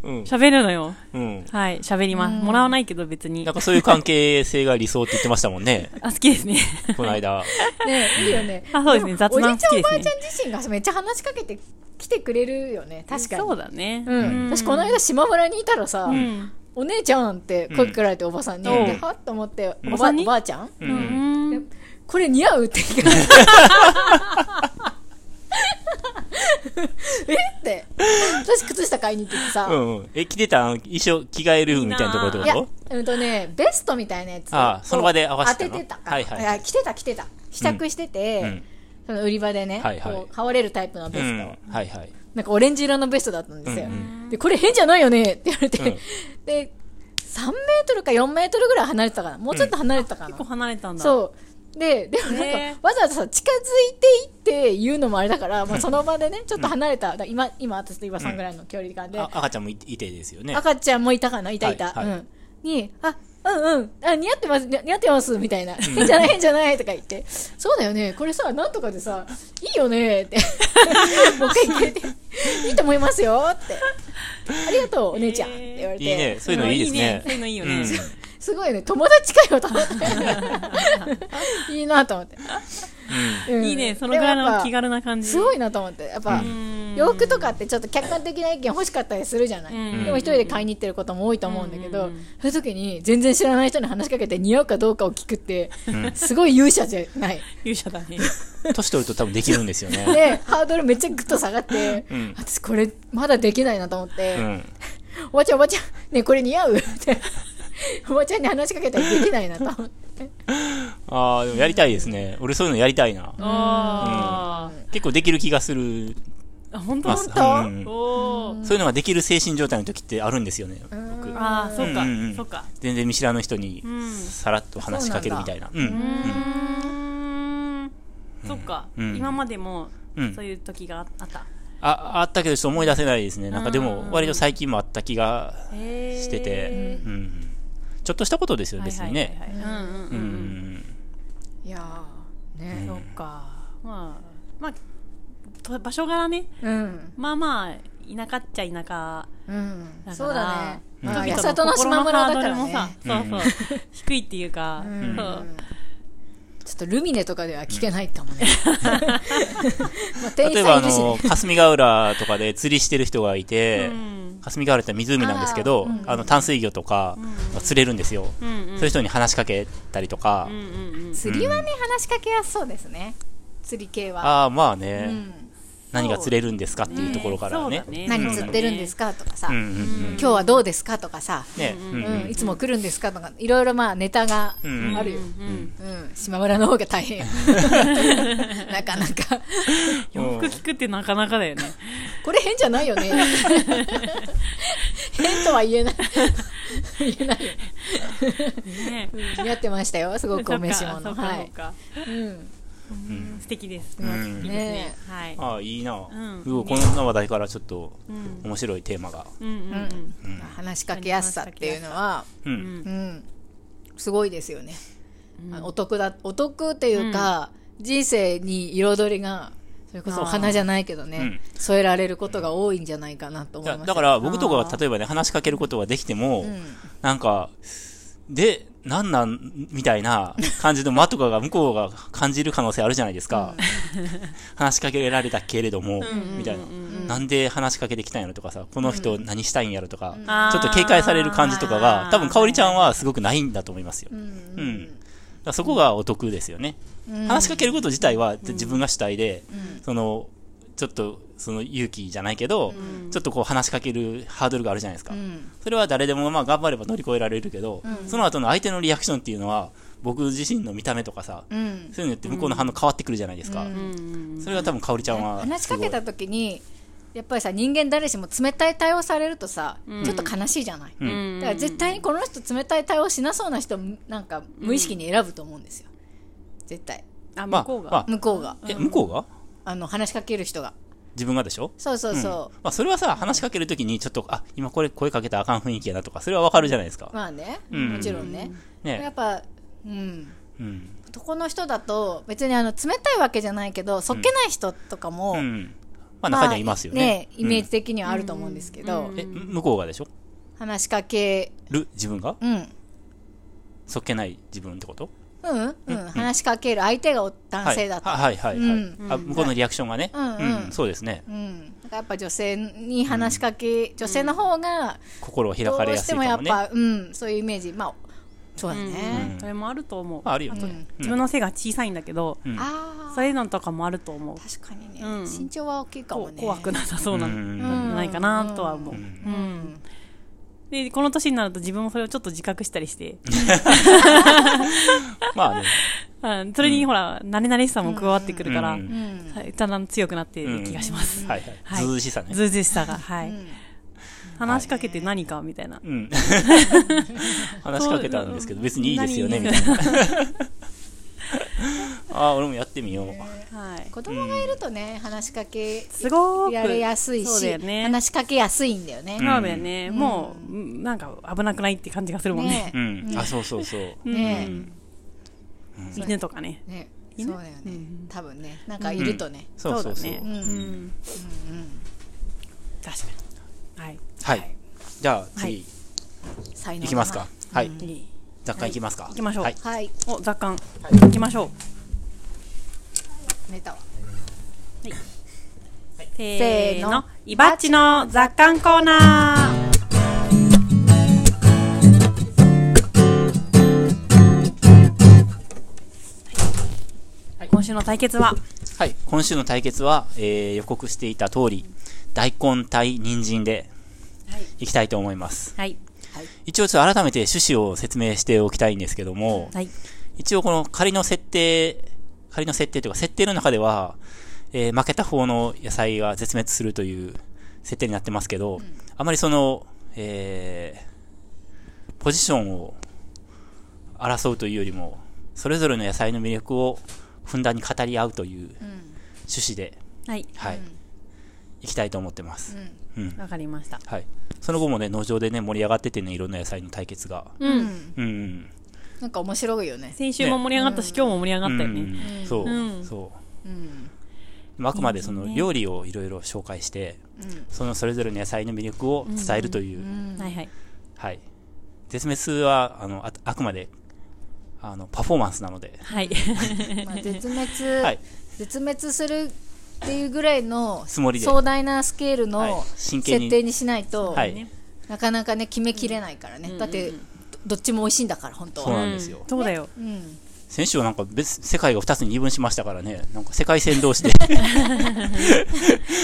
うん喋るのよ。 うんはい、喋ります。もらわないけど別に。なんかそういう関係性が理想って言ってましたもんねあ、好きです ね。こ の間ねいいよねあ そうですねも雑談おじいちゃ好きですねんおばあちゃん自身がめっちゃ話しかけてきてくれるよね確かにそうだね。うん、私この間島村にいたらさ、うん。お姉ちゃんって声かけられておばさんに、うんではっと思って、んおおばばさんにおばあちゃんううんん。これ似合うって 言われてえって私靴下買いに行っててさ、うんうんえ着てたあの衣装着替えるみたいなところっていこやとうんとねベストみたいなやつをああその場で合わせたの当ててたから、はいいはいや着てた着てた試着してて、うんうんその売り場でね、はいはいこう羽織れるタイプのベうスんト、はいはいなんかオレンジ色のベストだったんですよ、うんでこれ変じゃないよねって言われて、うんで3メートルか4メートルぐらい離れてたかなもうちょっと離れてたかな、結構離れたんだ。う。そう。で、でもなんか、ねわざわざさ、近づいていって言うのもあれだから、もうその場でね、ちょっと離れた、だから今、今、私と岩さんぐらいの距離感で、あ赤ちゃんもいいてですよね赤ちゃんもいたかな、いたいた。はいはいうん。に、あ、うんうん、あ似合ってます、に似合ってますみたいな、変じゃない、変じゃないとか言って、そうだよね、これさ、なんとかでさ、いいよねって、もう一回聞いて、いいと思いますよって、ありがとう、お姉ちゃんって言われて、いいね。そういうのいいですね。そういうのいいよね。すごいね、友達かよと思って、いいなと思って、うんいいね。そのぐらいでもやっのぱ気軽な感じ。すごいなと思って、やっぱ、うん洋服とかってちょっと客観的な意見欲しかったりするじゃない、うんでも一人で買いに行ってることも多いと思うんだけど、うんそういう時に全然知らない人に話しかけて似合うかどうかを聞くって、んすごい勇者じゃない勇者だね。うん。年取ると多分できるんです よね。でハードルめっちゃグッと下がって、うん私これまだできないなと思って、うん。おばちゃんおばちゃんねえこれ似合うっておばちゃんに話しかけたらできないなと思ってああ、でもやりたいですね。俺そういうのやりたいな。あ結構できる気がする。ーあ。本当まあ本当うん当おーそういうのができる精神状態の時ってあるんですよね。僕。ああ、そうかうんうんう。んそうか。全然見知らぬ人にんさらっと話しかけるみたいな。うん。うーん。そっか。うん今までもうんそういう時があった。ああったけど、ちょっと思い出せないですね。なんかでうんも、割と最近もあった気がへーしてて。うん。ちょっとしたことですよ、別にね。はいはいはいはいうんううんんううん。んいやーねそっか。まあ、まあと、場所柄ね、うんまあまあ、田舎っちゃ田舎。うんらそうだね、人まあ々八里の島村だか心らのハねードルもさそうそう。低いっていうか、うんそうちょっとルミネとかでは聞けないかもね。まあ、うん店員例えさんば、あいるしねの、霞ヶ浦とかで釣りしてる人がいてう、ん霞ヶ浦って湖なんですけど、あの、淡水魚とか釣れるんですよ。うんうんそういう人に話しかけたりとかう、んうんうん。釣りはね、話しかけやすそうですね。釣り系は。ああ、まあうね、ん、何が釣れるんですかっていうところからねそう。だね何釣ってるんですかとかさ、うんうんうん。今日はどうですかとかさ、ね、ううんんうんいつも来るんですかとか、いろいろまあネタがうんあるよ。うんうん島村の方が大変よ なかなか洋服聞くってなかなかだよね。これ変じゃないよね 変とは言えない言えないよね似合ってました よすごくお召しそ物うかはそういかうんうん素敵です。ういいでんすね。はい。ああ、いいな。んすごいこんな話題からちょっとん面白いテーマが。うんうんうん。まあ話しかけやすさっていうのは、うん。うん、すごいですよね、あのお得だお得っていうか、人生に彩りがそれこそお花じゃないけどね、添えられることが多いんじゃないかなと思いだますだから僕とかは例えばね、話しかけることができても、なんか、で、なんなんみたいな感じの間とかが向こうが感じる可能性あるじゃないですか。話しかけられたけれども、みたいな。なんで話しかけてきたんやろとかさ、この人何したいんやろとか、ちょっと警戒される感じとかあがー、多分香りちゃんはすごくないんだと思いますよ。うん。だからそこがお得ですよね。話しかけること自体は自分が主体で、その、ちょっと、その勇気じゃないけど、ちょっとこう話しかけるハードルがあるじゃないですか。んそれは誰でもまあ頑張れば乗り越えられるけど、その後の相手のリアクションっていうのは、僕自身の見た目とかさ、うんそういうのによって向こうの反応変わってくるじゃないですか。それが多分香りちゃんは。話しかけたす時にやっぱりさ人間誰しも冷たい対応されるとさ、ちょっと悲しいじゃない、んだから絶対にこの人冷たい対応しなそうな人なんか無意識に選ぶと思うんですよ絶対あ、ごいま向あ、こうまが。あ、向こうがえ、向こうがあの話しかける人が自分がでしょそうそうそまあ、それはさ、話しかけるときに、ちょっと、あ、今これ声かけたらあかん雰囲気やなとか、それはわかるじゃないですう、か。まあね、んもちろんね、やね。っぱうんうん。男の人だと別にあの冷たいわけじゃないけどそっけない人とかも、うん。まあ、中にはいますよね。イメージ的にはあると思うんですけど、うん。え、向こうがでしょ話しかける自分がうんそっけない自分ってことうんうん、話しかける相手が男性だと、はいはいはいはい、うあ向こうのリアクションがね、うんうんそうですねうん、なんかやっぱ女性に話しかけ、女性の方が心を開どかれうやしすいてかもやっもねぱ、うん、そういうイメージまあそうだね、それもあると思うま。あ、あるよね、自分の背が小さいんだけど、うんああそういうのとかもあると思う。確かにね、うん身長は大きいかもこね怖くなさそうなうんんじゃないかなとは思う。うんで、この年になると自分もそれをちょっと自覚したりして、まあねうんそれにほら、慣れ慣れしさも加わってくるからうんう、んうんはいだんだん強くなっている気がします。はいははいいずうずうしさねずうずうしさが、はい。話しかけて何かみたいな。うん話しかけたんですけど別にいいですよね何みたいなああ、俺もやってみよう。 はい。子供がいるとね、話しかけすごーくやれやすいそうし、だよね話しかけやすいんだよね。そうだよね。もう、うんなんか危なくないって感じがするもんね。ねうん。あ、そうそうそう。ねうん 犬とかね。ねそうだよね、多分ねなんかいるとね、そうそうそそうう。だねうん確かに。はい。はい。じゃあ、はい次、才能だないきますか。はい。い雑貨いきますか。行きましょうはい。はいお、雑感。行きましょう。ネタはせーせーのの。イバッチの雑感コーナー。今週の対決は、はい。今週の対決は、えー予告していた通り、大根対人参で、いきたいと思います。はい。一応ちょっと改めて趣旨を説明しておきたいんですけども、はい。一応この仮の設定、仮の設定というか設定の中では、えー負けた方の野菜が絶滅するという設定になってますけど、あまりその、えーポジションを争うというよりも、それぞれの野菜の魅力をふんだんに語り合うといううん趣旨で、はい。はい、いきたいと思ってます。うん。わかりました。はい。その後もね、農場でね、盛り上がっててね、いろんな野菜の対決が。うん、うん。うんうん。なんか面白いよね先週も盛り上がったし、今日も盛り上がったよね。うんそう、うんそう。うんまああくまでその料理をいろいろ紹介して、うんそのそれぞれの野菜の魅力を伝えるという、うんはいはい。はい。絶滅は、あの、ああくまで、あの、パフォーマンスなので、はい。まあ、絶滅、 はい絶滅するっていうぐらいのつもりで壮大なスケールはいの真設剣に定にしないと、はい。ねなかなかね決めきれないからね、だってどどっちも美味しいんだから本当そうはなんですよ。 そうだよ。うん先週はなんか別、世界が2つに二分しましたからね、なんか世界線 同士で、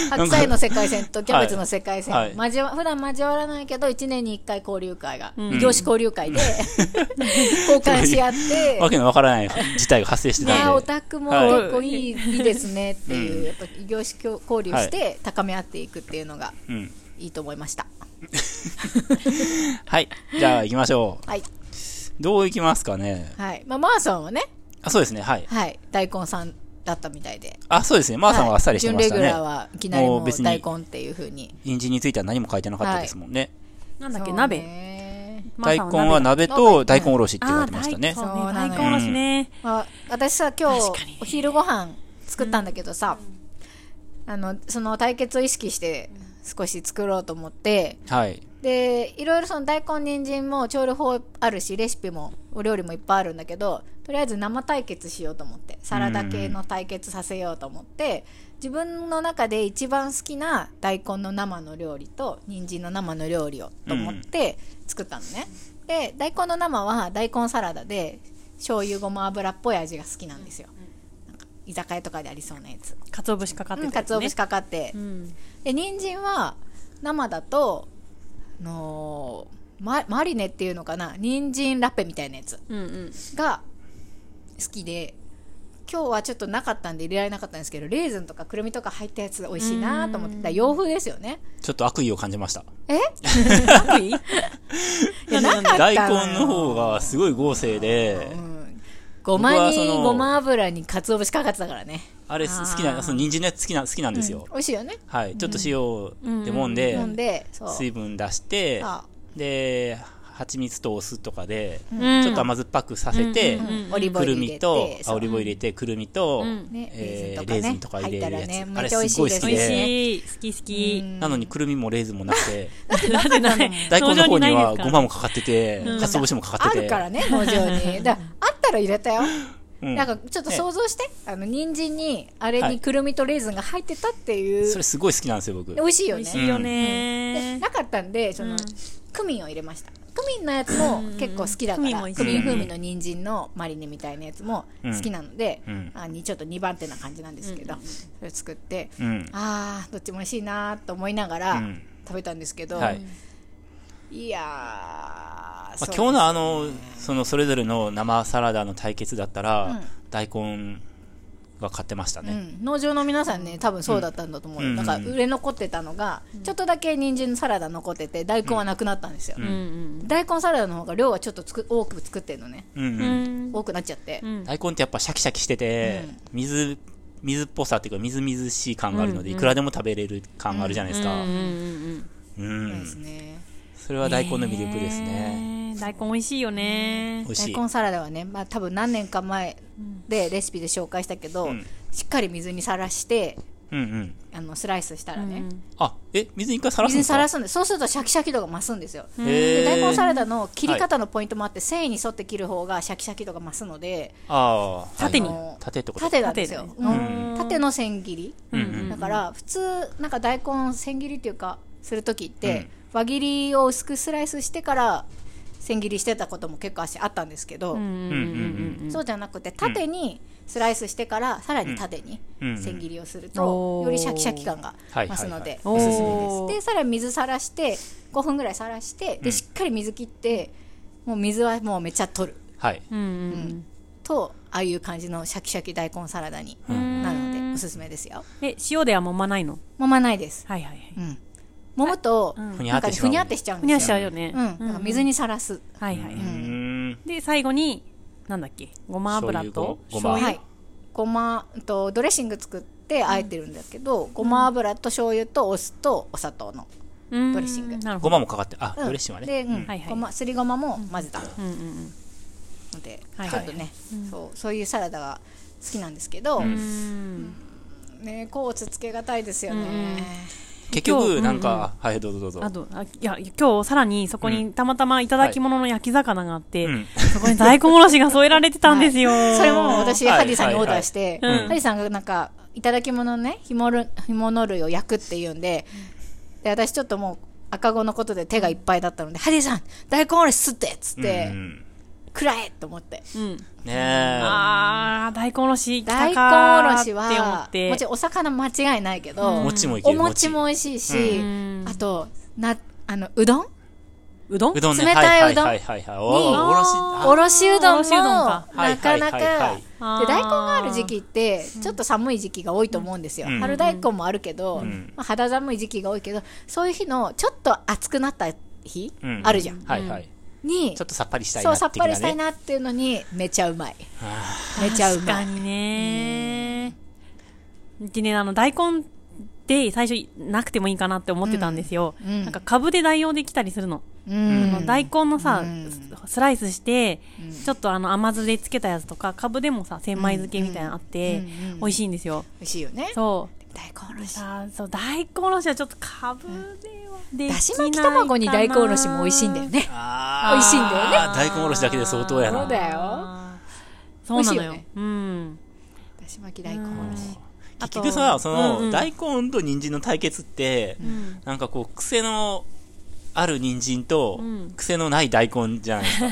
白菜の世界線 とキャベツの世界線、はい交わ普段交わらないけど1年に1回交流会が、ん業種交流会で 交換し合 ってわけのわからない事態が発生してねたんオで、タクもはい結構いい,、い、いですねっていう、やっぱ業種交流して高め合っていくっていうのがうん。いいと思いましたはい。じゃあ行きましょはい、う。どう行きますかね。はいまあ、マーさんはね、あ、そうですね、はい。はい、大根さんだったみたいであ、そうですね、マーさんはあっさりしてましたね。はい準レギュラーはいきなりももうう別に大根っていうふうに人参については何も書いてなかったですもんね。なんだっけ、そう鍋。ねまあ大根は。鍋と大根おろしって言わあれあー、てまし大た根、ね。そうそうね。なの大よ根おろしね。まあ、私さ今日確かにお昼ご飯作ったんだけどさ、あのその対決を意識して少し作ろうと思ってはい。でいろいろその大根人参も調理法あるしレシピもお料理もいっぱいあるんだけどとりあえず生対決しようと思ってサラダ系の対決させようと思って自分の中で一番好きな大根の生の料理と人参の生の料理をと思って作ったのね、で大根の生は大根サラダで醤油ごま油っぽい味が好きなんですよ、なんか居酒屋とかでありそうなやつ鰹節かかってうん、る。かつお節か。かかってう、ん。で人参は生だとあのーママリネっていうのかな人参ラッペみたいなやつうん うん。が好きで今日はちょっとなかったんで入れられなかったんですけどレーズンとかくるみとか入ったやつが美味しいなと思ってだから洋風ですよねちょっと悪意を感じました。え悪意いやなかったの大よ根の方がすごい豪勢で、ご僕まはそにのごま油に鰹節かかってたからねあれす好きな、その人参のやつ好きな、好きなんですよ。美味しいよねはい。ちょっと塩でもんで、飲んでそう水分出してあ、で、蜂蜜とお酢とかで、うんちょっと甘酸っぱくさせて、うんオリーブオくイル入れるみてと、あそうオリーブオイル入れて、くるみと、うんねえーレーズレーズンンととかかね入れるやつ。入ったらねあれすごい好めっちゃき美味で、しい。好き好き。なのにくるみもレーズンもなく て、なぜなぜ大根の方にはごまも。もかかってて、ん鰹節もかかあってて。るからね農場にだからあったら入れたようんなんかちょっと想像して、あの人参にあれはにいくるみとレーズンが入ってたっていう、それすごい好きなんですよ、僕。美味しいよ美ね味しいよでね。なかったんでその、うんクミンを入れましたクミンのやつも結構好きだかクミンら、も美味クしいミン風味の人参のマリネみたいなやつもうん好きなので、うんあにちょっと2番手な感じなんですけど、それ作って、うん。あーどっちも美味しいなーと思いながらうん食べたんですけど、はい。い、やー、まそうあ、です今日のあの、そのそれぞれの生サラダの対決だったら、大根が買ってましたうね。ん、農場の皆さんね多分そうだったんだと思うよ、うんだから売れ残ってたのが、ちょっとだけ人参のサラダ残ってて大根はなくなったんですよ、うんうん大根サラダの方が量はちょっとつく多く作ってるのねうんうんうん多くなっちゃって、うん大根ってやっぱシャキシャキしてて、水、水っぽさっていうか、みずみずしい感があるので、いくらでも食べれる感があるじゃないですか。そううですん。ねそれは大根の魅力ですね。ねえ大根美味しいよね美味し大い。根サラダはね、まあ、多分何年か前でレシピで紹介したけど、うんしっかり水にさらしてうんうん。あのスライスしたらね、あ、え、水に一回さらす水んでにすさからすんでそうするとシャキシャキ度が増すんですよ、へでー大根サラダの切り方のポイントもあって、繊維に沿って切る方がシャキシャキ度が増すのでああ、縦にはいはい縦ってこと縦なんですよ縦縦,、でうねんうん縦の千切り、うんうんだから普通なんか大根千切りっていうかする時って、うん輪切りを薄くスライスしてから千切りしてたことも結構あったんですけど、うんうんうんうんそうじゃなくて縦にスライスしてからさらに縦にうん千切りをするおとーよりシャキシャキ感がはい増すのではいはおいすすめですおーでさらに水さらして5分ぐらいさらしてうでんしっかり水切ってもう水はもうめっちゃ取るはい。うんうんとああいう感じのシャキシャキ大根サラダにうんなるのでおすすめですよえ塩では揉まないの揉まないですはいはいはいうん揉むとうんふになんゃっかてねしふまうにゃってしちゃうんふにゃでしすちよゃうよねうんなんか水にさらすはいはいはういん。で最後になんだっけごま油と醤油ごまはい、ごまとドレッシング作ってあえてるんだけど、ごま油と醤油とお酢とお砂糖の、うんドレッシングなるほごどまもかかって、あ、うんドレッシングはね。で、うんはいはいごますりごまも混ぜたうんうんうんので、はいちょっとね、そうそういうサラダが好きなんですけど、うんねコーツつけがたいですよね、結今日局、なんか、はい、どうぞどうぞ。あとあいや今日さらにそこにたまたまいただき物の焼き魚があって、うんそこに大根おろしが添えられてたんですよ、それも私はいハリーさんにオーダーして、はいはいうんハリーさんがなんかいただき物のね干物干物類を焼くっていうんでで私ちょっともう赤子のことで手がいっぱいだったので「ハリーさん大根おろしすって!」っつって。うんくらえと思ってうん、ねえ。あー大根おろし大来た根かおろーしっはて思もっちてろんお魚間違いないけど、うんもちもいけおる。餅も美味しいし、うんあとなあのうどんうどんうどんね。冷たいうどんはいはいはいはいはい。おにーおろしああ。おろしうおどんろもしうどんかはいなかなはいはいはかいで大根がある時期ってちょっと寒い時期が多いと思うんですよ、うん春大根もあるけど、んまあ、肌寒い時期が多いけどそういう日のちょっと暑くなった日、うんあるじゃんはいはい。にちょっとさっぱりしたいそなうさっぱり的したいね。なっていうのにめちゃうまいめちゃう確まかいにねでねあの大根で最初なくてもいいかなって思ってたんですよ、うんうんなんか株で代用できたりするの、うんあの大根のさ、うんスライスして、ちょっとあの甘酢でつけたやつとか株でもさ千枚漬けみたいなのあって、うんうん美味しいんですよ、美味しいよねそう大根おろしあーそう大根おろしはちょっとかぶではできないかなだし巻き卵に大根おろしも美味しいんだよねあー美味しいんだよね大根おろしだけで相当やそうな。だよそうなのよ美味しいよねうんだし巻き大根おろし結局さ、その、うんうん大根と人参の対決って、んなんかこう、癖のある人参と、うん癖のない大根じゃないですか。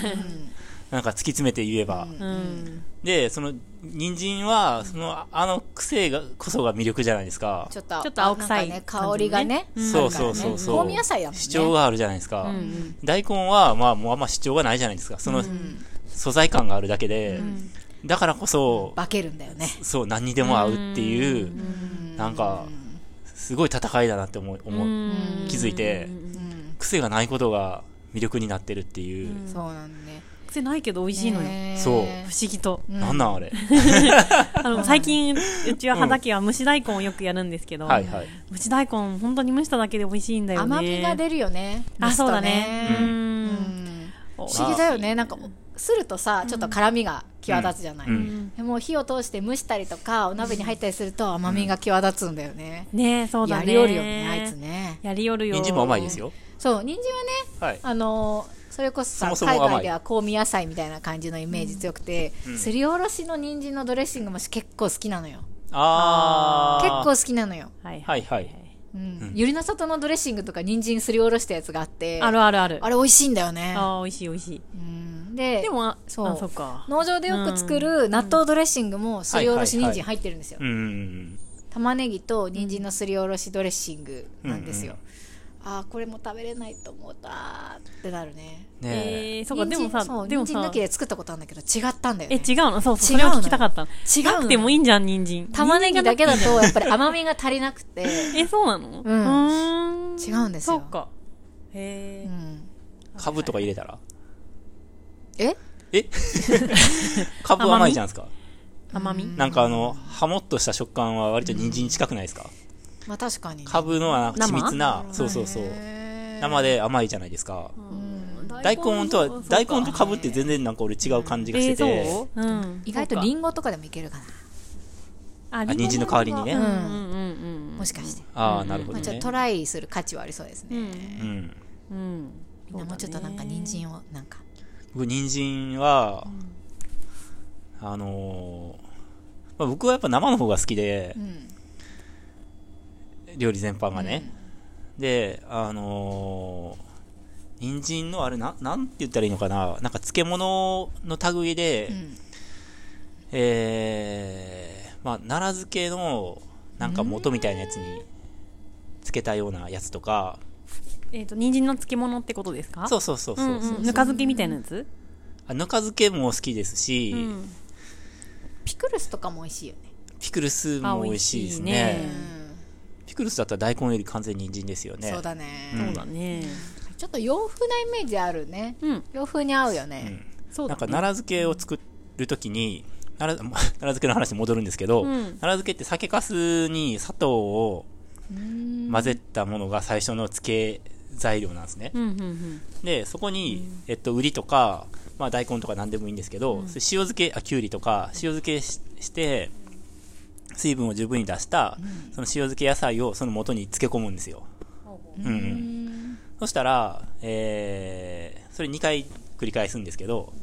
なんか突き詰めて言えば。うんで、その、人参は、その、あの癖が、こそが魅力じゃないですか。ちょっとちょっと青臭いなんかね香りがね感じねそうそうそうそう。香味野菜だもんね主張があるじゃないですか。ん大根は、まあ、もうあんま主張がないじゃないですか。その、素材感があるだけで、だからこそ、化けるんだよねそう、何にでも合うっていう、なんか、すごい戦いだなって思う、思う気づいて、癖がないことが魅力になってるっていう。そうなんね癖ないけど美味しいのよねそう不思議となんなんあれ。あの最近うちは畑は蒸し大根をよくやるんですけどはいはい。蒸し大根本当に蒸しただけで美味しいんだよね甘みが出るよねあそうだ蒸すとねねうん不不思議だよねなんかするとさちょっと辛みが際立つじゃないうんでもう火を通して蒸したりとかお鍋に入ったりすると甘みが際立つんだよねねそうだやねりよるよねあいつねやりよるよ人参も甘いですよ。そう人参はねはい。あのそれこそさそもそも甘い海外では香味野菜みたいな感じのイメージ強くて、すりおろしの人参のドレッシングも結構好きなのよあ結ー。構好きなのよ、はいはいはい。うんゆりの里のドレッシングとか人参すりおろしたやつがあってあるあるあるあれ美味しいんだよね、あー美味しい美味しいうんででもあそうあそっか農場でよく作る納豆ドレッシングもすりおろし人参入ってるんですよ、うんうんうん。玉ねぎと人参のすりおろしドレッシングなんですよ、ああこれも食べれないと思うたーってくなるねねええー、そうか、でもさそう、でも人参さ抜、きで作ったことあるんだけど違ったんだよえ、ね違うのそうそう、違そうれのを聞きたかったの。違うのなくてもいいんじゃん、人参。玉ねぎだけだ人とやっぱり甘みが足りなくて参が。え、そうなのううんーん違うんですそうよか。へえ。うん株とか入れたらええ株甘いじゃないですか。甘みなんかあの、ハモっとした食感は割と人参に近くないですか。まあ確かにね株のはなんか緻密な、生そうそうそう。へー生で甘いじゃないですか。うん大根とは、大根とか株って全然なんか俺違う感じがしえてー、て。そううん。意外とリンゴとかでもいけるかあ、あ人参の代わりにねうんうんうんなもしかしてああ、なるほまあどちょっねと。トライする価値はありそうですうねん。ううん。ん。みんなもうちょっとなんか人参をなんか僕、人参は、あのーまあ、僕はやっぱ生の方が好きでう、ん料理全般がね。で、あのー人参のあれな、なんて言ったらいいのかな、なんか漬物の類で、うんえー、まあ、奈良漬けの、なんか元みたいなやつに、漬けたようなやつとか、えっと、人参の漬物ってことですかそううそうそううんそううそう、ん。ぬか漬けみたいなやつあぬか漬けも好きですし、うん。ピクルスとかも美味しいよねピクルスも美味しいですねあ美味しいねピクルスだったら大根より完全に人参ですよねそうだねそうだね。ちょっと洋風なイメージあるねうん。洋風に合うよねそうなだんかね。奈良漬けを作るときに奈良奈良漬けの話に戻るんですけど、うん奈良漬けって酒粕に砂糖をうん混ぜたものが最初の漬け材料なんですね、うんうんうん。でそこに、えっと、ウリとか、まあ、大根とか何でもいいんですけど、それ塩漬けあきゅうりとか塩漬けしして水分を十分に出した、その塩漬け野菜をその元に漬け込むんですよ、うんううんんそしたら、えーそれ2回繰り返すんですけど、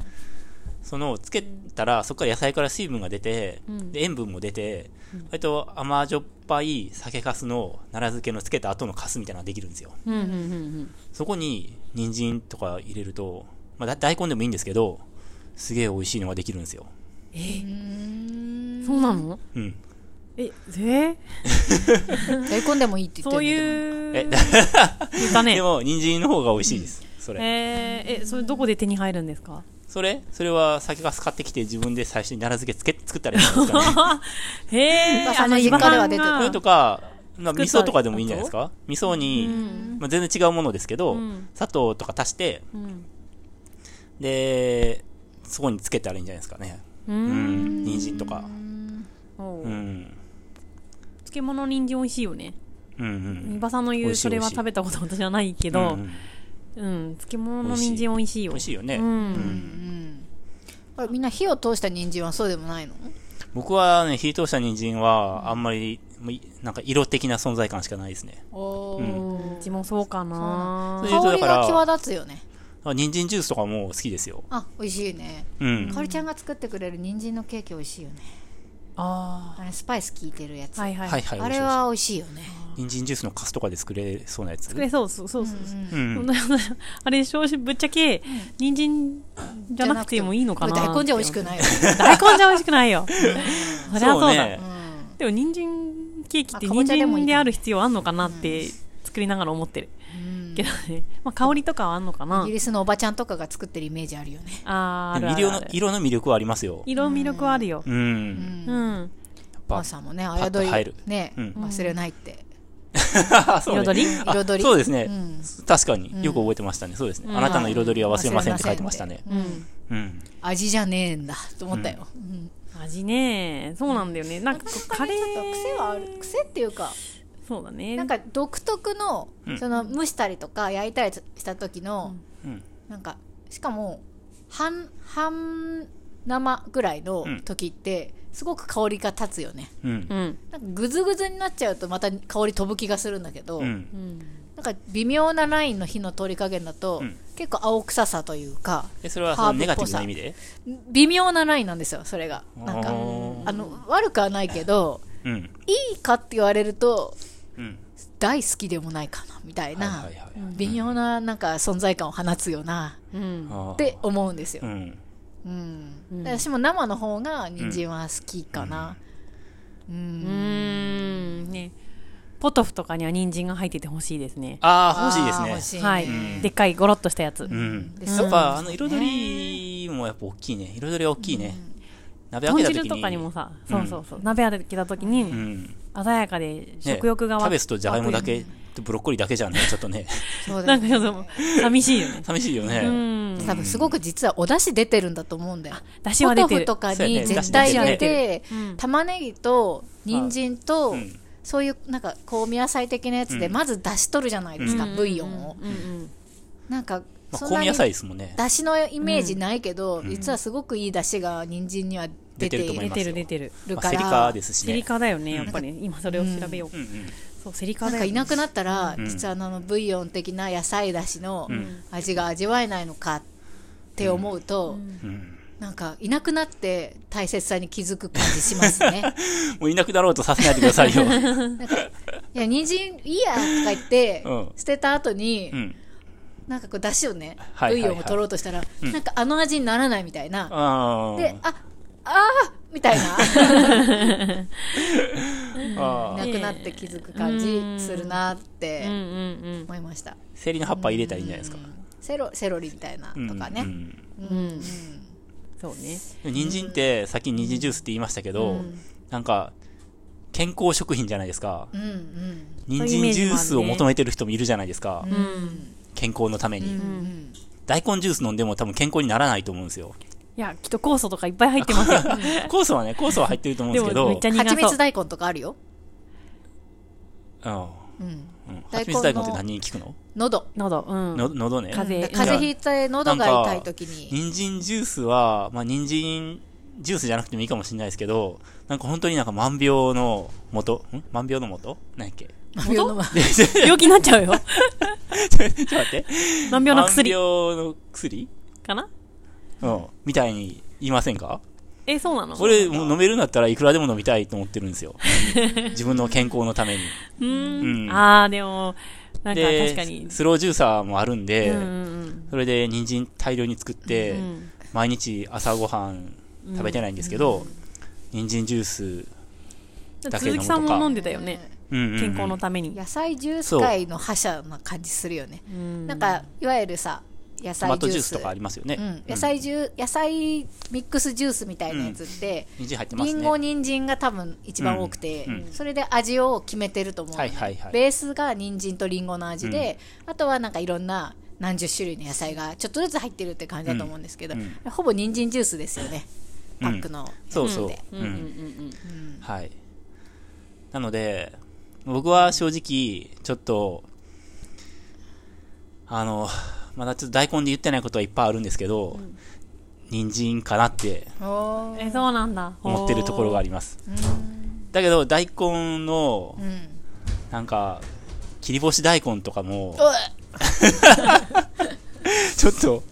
その、つけたら、そこから野菜から水分が出て、んで塩分も出て、割と甘じょっぱい酒粕の奈良漬けのつけた後の粕みたいなのができるんですよ。うんうんうんそこに、人参とか入れると、まあ、だ大根でもいいんですけど、すげえ美味しいのができるんですよ。うん。そうなのうん。え、え大根でもいいって言っそうているう。え言ったねで。も、人参の方が美味しいです。それ。えー、え、それどこで手に入るんですかそれそれは酒粕買ってきて自分で最初に奈良漬けつけ作ったりしたんですかね。へえ。噂の実家では出て あるそのれ今とか、まあ、作味ったり噌とかでもいいんじゃないですか味噌に、まあ、全然違うものですけど、うん砂糖とか足してうん。でそこにつけたらいいんじゃないですかねう。うんん人参とかおううん漬物人参美味しいよね。うんうん三場さんの美言う味しいそれは食べたこと私はないけうど、んうん、漬物の人参美味しい美よ。味しいよね、うんうんこれみんな火を通した人参はそうでもないの僕はね火通した人参はあんまりもういなんか色的な存在感しかないですねおうんうちもそうかなそう香りが際立つよねあ人参ジュースとかも好きですよあ美味しいねうんかおりちゃんが作ってくれる人参のケーキ美味しいよねああれスパイス効いてるやつ、はいはあい。はいはあい美味れしいは美味しいよね美味しい人参ジュースのカスとかで作れそうなやつ作れそうそうそうそう。うそんんなあれ、正直ぶっちゃけ、人参じゃなくてもいいのかな。大根じゃ美味しくないよ、ゃ、大根じゃ美味しくない よ。そりゃそうそうだ。ねうんでも人参ケーキってあかぼ人ちゃでも参いいかである必要あんのかなって作りながら思ってる。うんけどね、 まあ香りとかはあんのかなイギ。リスのおばちゃんとかが作ってるイメージあるよねあーあでるあるも色のある。色の魅力はありますよ色魅力はあるよ。うんうん。やっおぱ母さんもねッと彩入りるね、うん忘れないってあ そうね彩りあ彩りそうですね、うん確かによく覚えてましたねそうですね、あなたの彩りは忘れませんって書いてましたね忘れませんってうんうん味じゃねえんだと思ったよ、うん味ねそうなんだよね。なんかこう、カレちょっとー。癖はある癖っていうかそうだね。なんか独特のうんその蒸したりとか焼いたりした時の、うんなんかしかも半半生ぐらいの時ってすごく香りが立つよね、うんうん。なんかグズグズになっちゃうとまた香り飛ぶ気がするんだけど、うんうん。なんか微妙なラインの火の通り加減だと、うん結構青臭さというかえそれはそハのーブっぽさネガティブな意味で微妙なラインなんですよそれがなんかあーあの悪くはないけどうんいいかって言われるとうん大好きでもないかなみたいな、はいはいはいはい微妙ななんか存在感を放つよなうん。あーって思うんですよう、んうんうんで私も生の方が人参は好きかな、うんうーんねポトフとかには人参が入っててほしいですね。ああ、欲しいあーで欲すしね。いねはい、うんでっかいゴロっとしたやつ。うん。ですやっぱ、あの、彩りもやっぱ大きいね。彩りは大きいね。鍋開豚けた汁時に。とかにもさ、うそんうそうそう、鍋あるきた時うにん。鮮やかでね食欲がキ湧ャくベツとじゃがいもだけ、とブロッコリーだけじゃね、 ちょっとね。そう だなよんかねちょっと寂しいよね。寂しいよね。うん。多分すごく実はお出汁出てるんだと思うんだよ。出汁ポは出トてフる。とかそうやにね絶対入れて出汁は出てるうん、玉ねぎと人参とうん、そういうなんか香味野菜的なやつで、うんまず出汁取るじゃないですか、ブイヨンをう。んうん。なんか、まあ、そん香な味に野菜ですもんね。出汁のイメージないけど、実はすごくいい出汁が人参には出て出てると思い出いまてる出てる。るまかあ、セリら、カですしセリね。カだよね、やっぱり。今それを調べようう。んうん。そう、セリカなんだかよいね。なくなったら、ん実はあのブイヨン的な野菜出汁のん味が味わえないのかって思うと、うん。なんかいなくなって大切さに気づく感じします ね。もういなくなろうとさせないでくだ さいよ。いや、人参いいやとか言って、うん捨てた後に、うん。なんかこう、出汁をね、はいはブいはいイヨンを取ろうとしたら、うんなんかあの味にならないみたいな。あで、ああ、あーみたいな、ああ。 なくなって気づく感じするなってうんうん思いました。セリの葉っぱ入れたらいいんじゃないですか。セロ、セロリみたいなとかうね。んうん。うん。そうね。人参って、さっき人参ジュースって言いましたけど、なんか、健康食品じゃないですか。うん、うん、人参ジュースを求めてる人もいるじゃないですか。うん。健康のために、うん。大根ジュース飲んでも多分健康にならないと思うんですよ。いや、きっと酵素とかいっぱい入ってますよ。酵素はね、酵素は入ってると思うんでですけも、ど、めっちゃ苦蜂そ蜜う。大根とかあるよ。うん。うん。うん大蜂根蜜の大根って何に効くの喉。喉、うん。の喉ね。風邪風邪ひいて喉が痛い時に。人参ジュースは、まあ、人参ジュースじゃなくてもいいかもしれないですけど、なんか本当になんか万病の元ん万病の元何やっけ 喉病気になっちゃうよ。ちょっと待って。難病の薬万病の薬かなうん。みたいに言いませんかえ、そうなの俺、もう飲めるんだったらいくらでも飲みたいと思ってるんで すよ。自分の健康のために。ううんん。あー、でも、なんかで確かに。スロージューサーもあるんで、うんうんそれで人参大量に作って、うん。うん毎日朝ごはん食べてないんですけど、人参ジュース、だけ飲鈴むとか木さんも飲んでたよね。うんうんうん健康のために。野菜ジュース界の覇者な感じするよね。うんなんかいわゆるさ野ト菜マジトュースジュースとかありますよね。うん、野菜ジュ野菜ミックスジュースみたいなやつって、人参入ってまりすん、リンね。ゴ人参が多分一番多くて、うんうんそれで味を決めてると思うのね、はいはいはいベースが人参とリンゴの味で、あとはなんかいろんな何十種類の野菜がちょっとずつ入ってるって感じだと思うんですけど、うんほぼ人参ジュースですよねうパんックの、そうそう。ううんんうんうんはい。なので、僕は正直、ちょっと、あの、まだちょっと大根で言ってないことはいっぱいあるんですけど、人参かなってうん。え、そうなんだ。思ってるところがありります。だけど、大根の、うんなんか、切り干し大根とかも、おい ちょっと、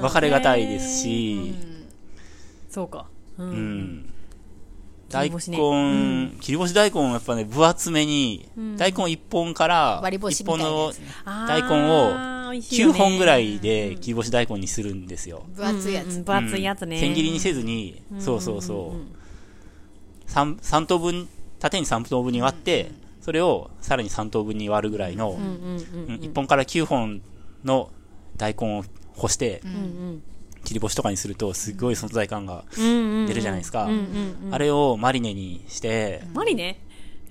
分かれがたいですし、そうか。う。うんん。切り大干し根、ね切り干し大根はやっぱね、分厚めに、大根1本から、割り干し1みたい本なやのつね大大根を9本ぐらいでで切り干し大根にするんですよ。分厚いやつ、分厚いやつうね。ん千切りにせずに、そうそうそう。三三等分、縦に3等分に割って、それをさらに3等分に割るぐらいの、うんうんうんうん1本から9本の大根を干して、うん切り干しとかにすると、すごい存在感がうんうん。出るじゃないですかうんうんうんあれをマリネにして、マリネ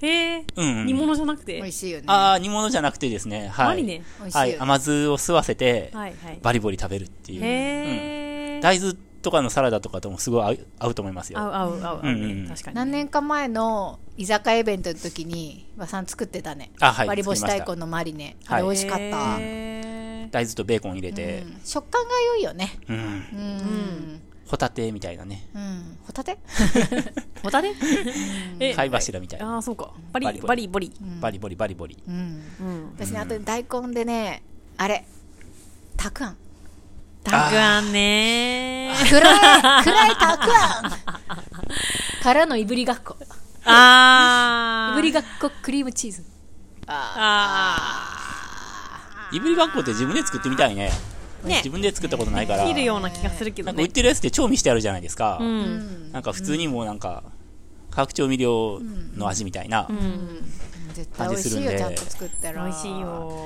へえ。うんうん煮物じゃなく美て味。しいよねああ、煮物じゃなくてですね、はい。マリネ美味しいよはねい、甘酢を吸わせて、はいはい。バリボリ食べるっていう。へえ。大豆とかのサラダとかともすごい合う合うと思います合うよ。合う合う合ううんうね。ん確かに。何年か前の居酒屋イベントの時に馬さん作ってたね、あはい割り干し作り大ました根のマリネ、あはいれ美味しかった、へ大豆とベーコン入れてう、ん食感が良いよねうんうん、うんホタテみたいなね、ホタテー。ホタテえ貝柱みたいな。ああ、そうか。バリ、ババリ、リボリ。バリボリバリボリ。うんうん。私ねあと大根でねあれたくあんたくあんねー。暗い暗いたくあんからのいぶりがっこあいー。ぶりがっこクリームチーズあいぶりがっこって自分で作ってみたいね。ー。ね自。分で作ったことないから、切るような気がするけなどんか売っね。てるやつって調味してあるじゃないですか。う。うんんなんか普通にもうなんか、化学調味料の味みたいな。うん。絶対美味しいよ感じするんでちゃんと作ったら美味しいよ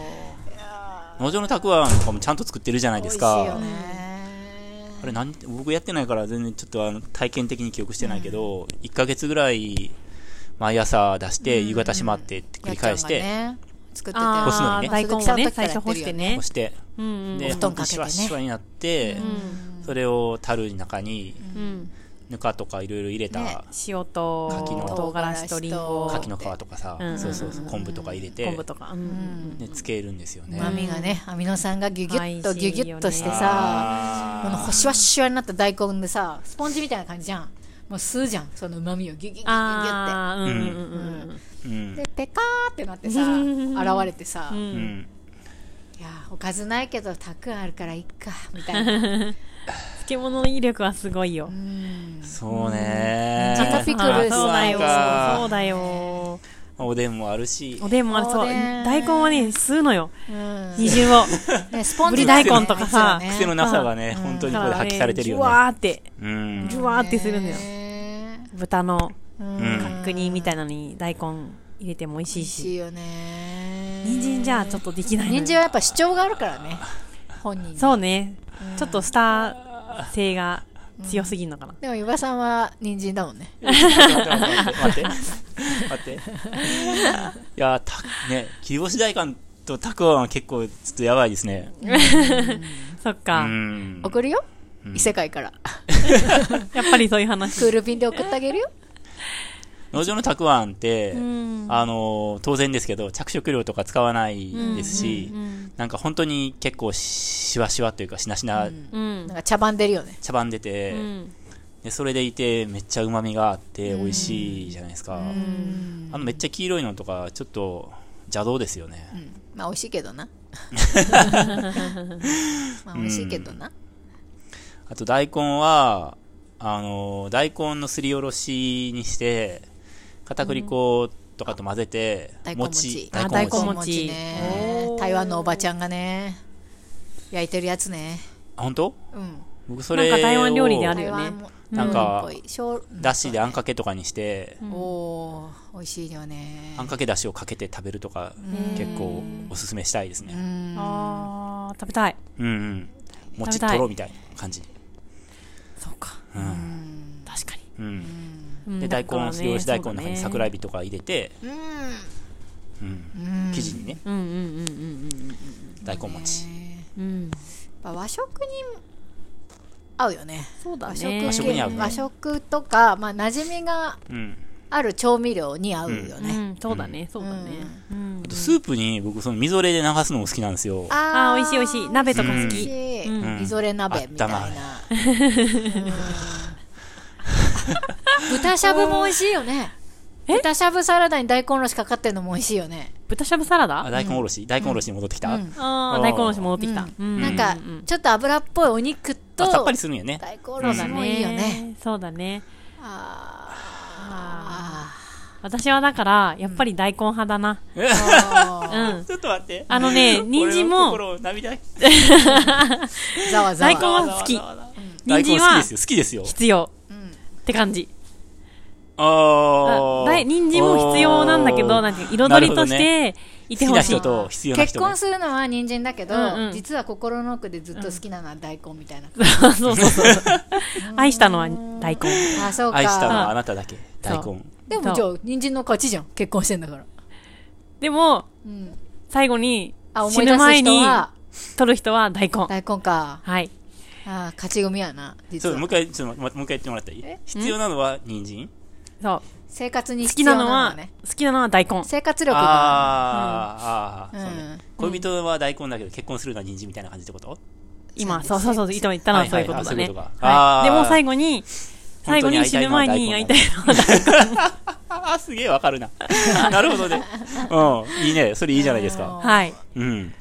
農場のたくあんとかもちゃんと作ってるじゃない美で味しすいよか。ねあれなん、僕やってないから全然ちょっとあの体験的に記憶してないけど、1ヶ月ぐらい毎朝出して、夕方閉まってって繰り返しやっちて、ゃんがね作ってたよ干ねすのあーにね大根をね最初干してねそして、うんうんで、お布団かけてねシワシワになって、それを樽の中に、うんぬかとかいろいろ入れねた、塩と柿の唐辛子とリンゴ柿の皮とかさうんうんう、んそうそうそう、昆布とか入れて、昆布とかうんうんで、つけるんですよね。旨味がねアミノ酸がギュギュッと美味ギュしいギよねュッとしてさこのあほしわしわになった大根でさスポンジみたいな感じじゃんもう吸うじゃんその旨味をギュギュギュギュギュってあーうんうんうんうんーうんで。ペカーってなってさうん現れてさ、ういうんん。やーおかずないけどたくあんあるからいっかみた いな漬物の威力はすごいよそうね。ちゃんとピクルスそうだよなんかそうだよおでんもあるしお。でんもあるそうおでん大根はね吸うのようん二重をね、スポンぶりジ大根とかさだよね癖のなさがね、本当にこれ発揮されてるよジュね。ワーってうん。ジュワーってするのよね豚のうんん角煮みたいなのに大根入れても美味し美い味しいしよね人参じゃあちょっとできないのよ人参はやっぱ主張があるからね本人にそうねちょっとスター性が強すぎるのかなでも岩さんは人参だもんね待って、待って、待って。いや、た、ね、切り干し大根とたくあんは結構ちょっとやばいですね。そっうかん。送るよ、異世界からやっぱりそういうクー話ル便で送ってあげるよ農場のたくあんって、んあの、当然ですけど、着色料とか使わないですし、なんか本当に結構しわしわというかしなしなうんなんか茶番出るよね茶番出て、うんでそれでいてめっちゃ旨味があって美味しいじゃないですか、あのめっちゃ黄色いのとかちょっと邪道ですよね、うんまあ美味しいけど なまあ美味しいけどなあと大根はあの大根のすりおろしにして片栗粉とかと混ぜて、大根餅餅あ大根大餅根餅ねおー台湾のおばちゃんがね焼いてるやつねあ本当うん僕それをなんか台湾料理である台よね湾もなんかうんっぽいしょうだしであんかけとかにして、おおー美味しいよねあんかけだしをかけて食べるとか結構おすすめしたいですうねんあー食べたいうんうん餅とろみたいな感じそうかうん確かにうんうんでだ大からね根をすりおろし大根の中にそうだね桜エビとか入れて、うん生地にねうんうんうんうんうん大根餅、ねうんうんやっぱ和食に合うよねそうだ和ね食和食に合うね和食とかまあ馴染みがうん、ある調味料に合うようねんそうだねそうだねうんあとスープに僕そのみぞれで流すのも好きなんですよあーあ美味しい美味しい鍋とか好美味きしいうんうんみぞれ鍋みたいあなったうん豚しゃぶも美味しいよね豚しゃぶサラダに大根おろしかかってるのも美味しいよね豚しゃぶサラダあ大根おろし、大根おろしに戻ってきた、うんあーあー大根おろし戻ってきたうんなんかうんうんちょっと油っぽいお肉あとさっぱり大するんよ ね根おそろうしだもいいよねねそうだねあ私はだからやっぱり大根派だなーうんちょっと待ってあの ね人参も俺の心涙ざわざ大根わは好き大人根参好きではすよ好きですよ必要うんって感じあああ大人参も必要なんだけどなんていうか彩りとしなるていて好ほきなしい人と必要な結人ね婚するのは人参だけど、うんうん実は心の奥でずっと好きなのは大根みたいな、そう そうそうそう愛したのは大根あそうか愛したのはあなただけ大そ根でもじゃあ人参の勝ちじゃん結婚してんだから、でもうん、最後にあ思死い出ぬす前人には取る人は大根大根かはいあ勝ち組やなち実ょっともうは一回ちょっともう一回言ってもらっていいえ必要なのは人参そう生活に好必き要ななののははね好きなのは大根生活力があー、あー、そうね恋人は大根だけど結婚するのは人参みたいな感じってこと今、そそううですそうそう、いつも言ったのははいそうはいいうことだあねそういうこと。かあはーい。でも最後に、最後に死ぬ前に会いたいのは大根。ああ、すげえわかるな。 なるほどね。うん。いいね。それいいじゃないですか。はい。うん。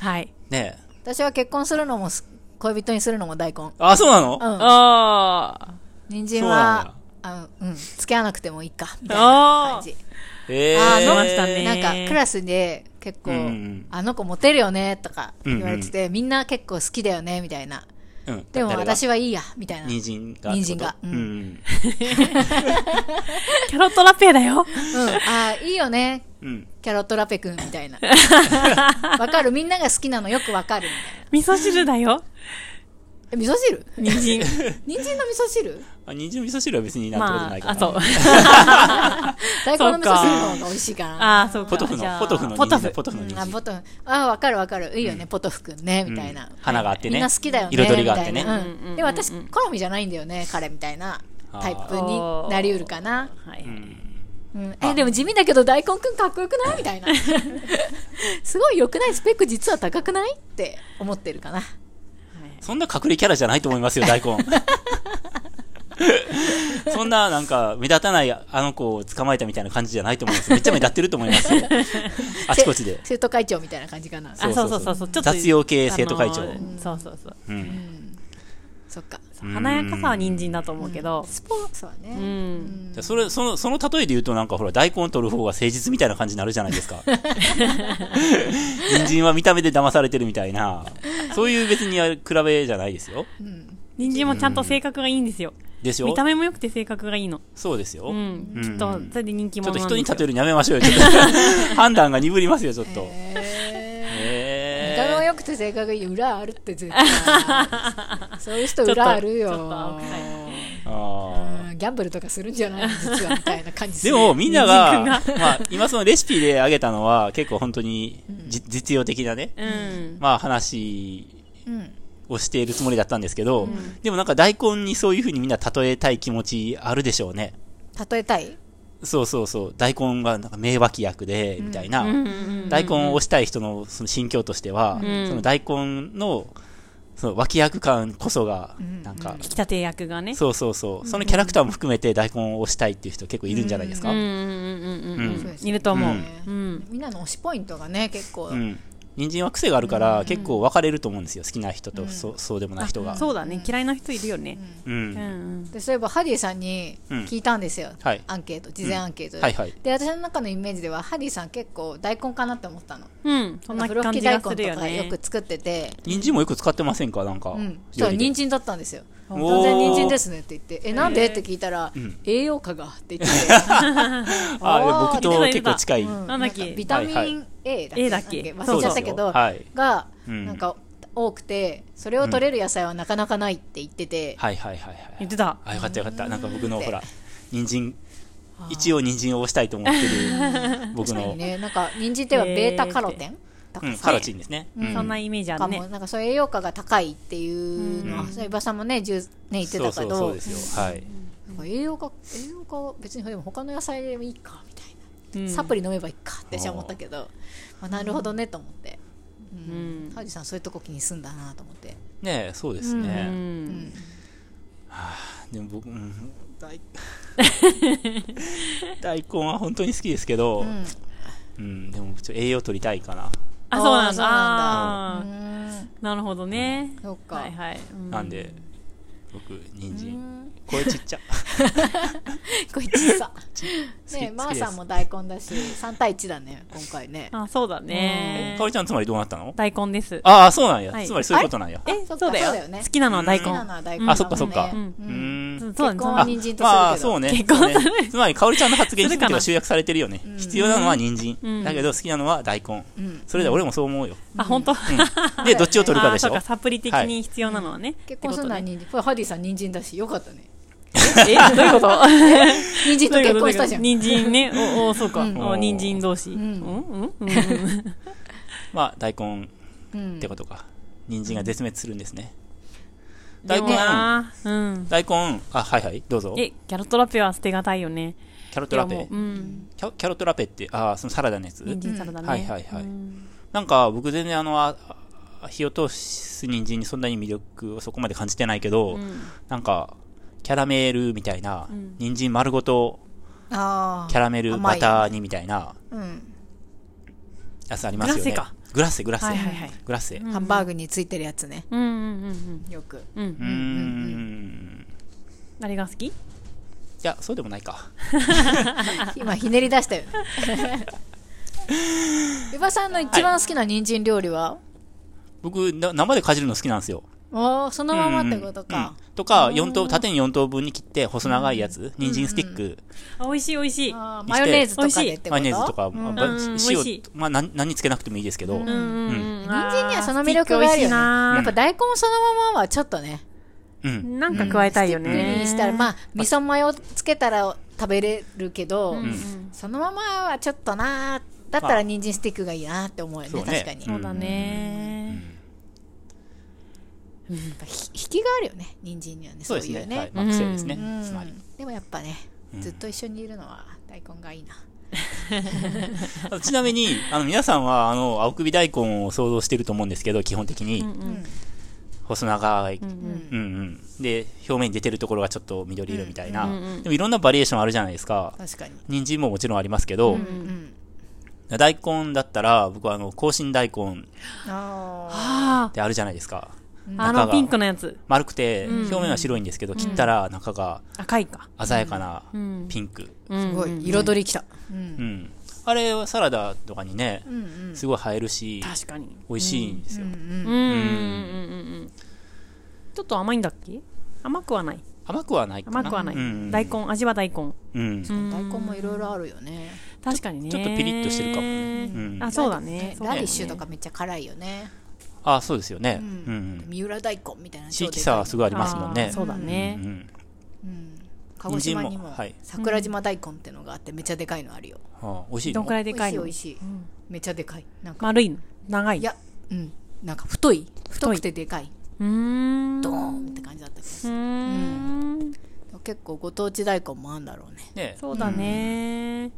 はい。ねえ。私は結婚するのもす恋人にするのも大根あ、そうなのうんあ人参そうはなんあのうん付き合わなくてもいいかみたいなあ感じええ。あー飲ましたねなんかクラスで結構、うんうんあの子モテるよねとか言われてて、みんな結構好きだよねみたいな、ううん。でも誰が私はいいや、みたいな。人参が。人参がう。うんんうん。キャロットラペだよ。うん、ああ、いいよね。うん。キャロットラペくんみたいな。わかるみんなが好きなのよくわかるみ味噌汁だよ。たいな。え味噌汁人参。人参の味噌汁あ人参味噌汁は別になんてことまないあ、かあ、ら。そう。大根 の味噌汁の方が美味しいかな。ああ、そうか。ポトフじゃの、あポトフのポ人ト参だ。フ。ポトフのうん人あ、参。ポトフ。あ、わかるわかる。いいよね、ポトフくんね、みたいなうん。花があってねみんな好きだよね。彩りがあってねみたいなううんんうんうんでも私、好みじゃないんだよね、彼みたいなタイプになりうるかな。はい。うんえ、でも地味だけど大根くんかっこよくないみたいな。すごい良くないスペック実は高くないって思ってるかな。そんな隠れキャラじゃないと思いますよ、大根。 そんな、なんか、目立たないあの子を捕まえたみたいな感じじゃないと思います。めっちゃ目立ってると思いま すよ。あちこちでせ。生徒会長みたいな感じかな。あ、そうそうそうそう。ちょっと雑用系生徒会長あのーそうそうそう。うん。そっか。華やかさは人参だと思うけど。スポーツはね。うん。じゃあそれ、その、その例えで言うとなんかほら、大根取る方が誠実みたいな感じになるじゃないですか。人参は見た目で騙されてるみたいな。そういう別に比べじゃないですよ。人参もちゃんと性格がいいんですよ。ですよ見た。目も良くて性格がいいの。そうですよ。うん。ちょっうとん、それで人気ち者ょっとなん人でにすよ例えるのやめましょうよ。ちょ っと判断が鈍りますよ、ちょっと。えー、見た目もえ良くて性格いい裏あるって絶対 そういう人裏あるよちょっとちょっと青臭いーあーうんギャンブルとかするんじゃない実はみたいな感じすでるも、みんなが、ま人あ、今そのレシピであげたのは、結構本当に、じ実用的なね、うん。まあ話うんをしているつもりだったんですけど、でもなんか大根にそういうふうにみんな例えたい気持ちあるでしょうね。例えたいそうそうそう。大根がなんか名脇役で、みたいな。大根を推したい人のその心境としては、んその大根の、その脇役感こそが、なんか、引き立て役がね。そうそうそう。そのキャラクターも含めて大根を推したいっていう人結構いるんじゃないですか。ううん。うんんうんうんうんうん。いると思う。うん。みんなの推しポイントがね結構、人参は癖があるから、結構分かれると思うんですよ。好きな人と、そうそうでもない人が。そうだね。嫌いな人いるよね。ううんん。うん。でそういえばハディさんに聞いたんですよ、はいアンケート事前アンケートで、はいはい。で私の中のイメージではハディさん結構大根かなって思ったのうん。そんなふろ感ふきじ大が根とするよかよね。く作ってて、人参もよく使ってませんかなんか。うん、そしたら料理で人参だったんですよ「ー完全人参ですね」って言って「えなんで?」って聞いたらん「栄養価が」って言ってて ああー 僕と結構近い。うんなんだっけかビタミン A だっけ A だっけなんか忘れちゃったけそうどはいがうんなんか多くてそれを取れる野菜はなかなかないって言っててはいはいはいはい。言ってたあ、よかったよかった。なんか僕のでほら、人参、一応人参を押したいと思ってる僕確かのに、ねなんか人参ってはベータカロテンだかうらん、さカロチンですね。うんそんなイメージあかるもね。なんかそういう栄養価が高いっていうのはそういう場さんもねじゅうね言ってそたうけそうそどうですよ。はい。なんか栄養価栄養価は別にでも他の野菜でもいいかみたいな。うんサプリ飲めばいいかって私は思ったけど、まあ、なるほどねと思って、うんうんハジさんそういうとこ気にすんだなと思ってねえ、そうですうね。ん。でも僕、うん、 大大根は本当に好きですけど、うん、でもちょっと栄養取りたいかな。あ、そうなんあーだそうあー。うんなるほどね。そうか、はいはい。うんなんで、僕、人参。声ちっちゃ。こいつ さ好きね好きマーさんも大根だし3対1だね今回ねあ、そうだねか。おりちゃん、つまりどうなったの大根です。ああ、そうなんやは。いつまりそういうことなんや。え、そそっうかだそうだよねよ。好きなのは大好根。きなのは大根あ、そっかそっか。ううんん。うんそうだねそ結う婚はだあね。人参とするけどまあ、そうね。結婚そうねつまり、かおりちゃんの発言すするべかてなは集約されてるよね。必要なのは人参、うんだけど、好きなのは大根。んそれで俺もそう思うよ。あ、本当。で、どっちを取るかでしあーそうょか、。サプリ的に必要なのはね。結婚するのはって人参これハディさん人参だしよかったねことねえ、どういうこと人参と結婚したじゃん人参ね。お、お、そうか。んお、人参同士。うんん、うん、うんうん。まあ、大根うんってことか。人参が絶滅するんですね。で大も根、なうん。大根、あ、はいはい、どうぞ。え、キャロットラペは捨てがたいよね。キャロットラいやもペう。うん。キャキャロットラペって、ああ、そのサラダのやつ。人参サラダね。はいはいはいうんなんか、僕全然あの、ああ火を通す人参にそんなに魅力をそこまで感じてないけど、なんか、キャラメルみたいな、人参丸ごとあーキャラメル甘バいター煮みたいなうんやつありますよグラッセね。か。グラッセ、グラッセ。はいはいはいグラッセ。うハンバーグについてるやつねうんうんうんよくうん。うん。ーん。あれが好きいや、そうでもないか。今ひねり出した よねゆばさんの一番好きな人参料理は、僕、な生でかじるの好きなんですよ。おーそのままってことか、うんとか、四等、縦に4等分に切って、細長いやつ、人参スティック、あ美味しい美味しい。あーマヨネーズとかでってことマヨネーズとか、まあうんうん美味しい塩、まあ、何何つけなくてもいいですけど、うんうんうんうん。人参にはそのス魅力があるよねティック美味しいなやっぱ大根そのままはちょっとねうん。なんか加えたいよね。にしたらまあ味噌マヨつけたら食べれるけど、そのままはちょっとなーだったら人参スティックがいいなって思うよねそうね確かに、うんそうだね。やっぱひ引きがあるよね人参にはねそそううですいうね。ねはい。まあ、癖ですね。うんつまり。でもやっぱねずっと一緒にいるのは大根がいいな、あのちなみに、あの、皆さんは、あの、青首大根を想像してると思うんですけど、基本的に。うん細長い。うんうんうん。で、表面に出てるところがちょっと緑色みたいな。うんうんうんでもいろんなバリエーションあるじゃないですか。確かに人参ももちろんありますけど、うんうん大根だったら、僕はあの、香辛大根ああってあるじゃないですか。あ、あ中のがピンクのやつ。丸くて、表面は白いんですけど、切ったら中が赤いか。鮮やかなうんピンク。うんすごい彩りきた、うん。あれはサラダとかにね、うんうんすごい映えるし、確かに。美味しいんですよ。うんうんうんうん。ちょっと甘いんだっけ甘くはない。甘くはないかな。甘くはない。うん大根、味は大根。うん。大根もいろいろあるよね確かにね。ちょっとピリッとしてるかもうんあ、そうだね。そうだねラディッシュとか。めっちゃ辛いよねあ、そうですよね。うんうん。三浦大根みたいな地域差はすごいありますもんあねー。そうだうねん。うん鹿児島人に参ももはい桜島大根ってのがあってめっちゃでかいのあるよはあ美味しいどのんくらいでかい美の味しい美味しいめっちゃでかいなんか丸いの長いいやうんなんか太い太くてでかいうーん。ドーうンって感じだったけーん。ど結構ご当地大根もあんだろうねねそうだね。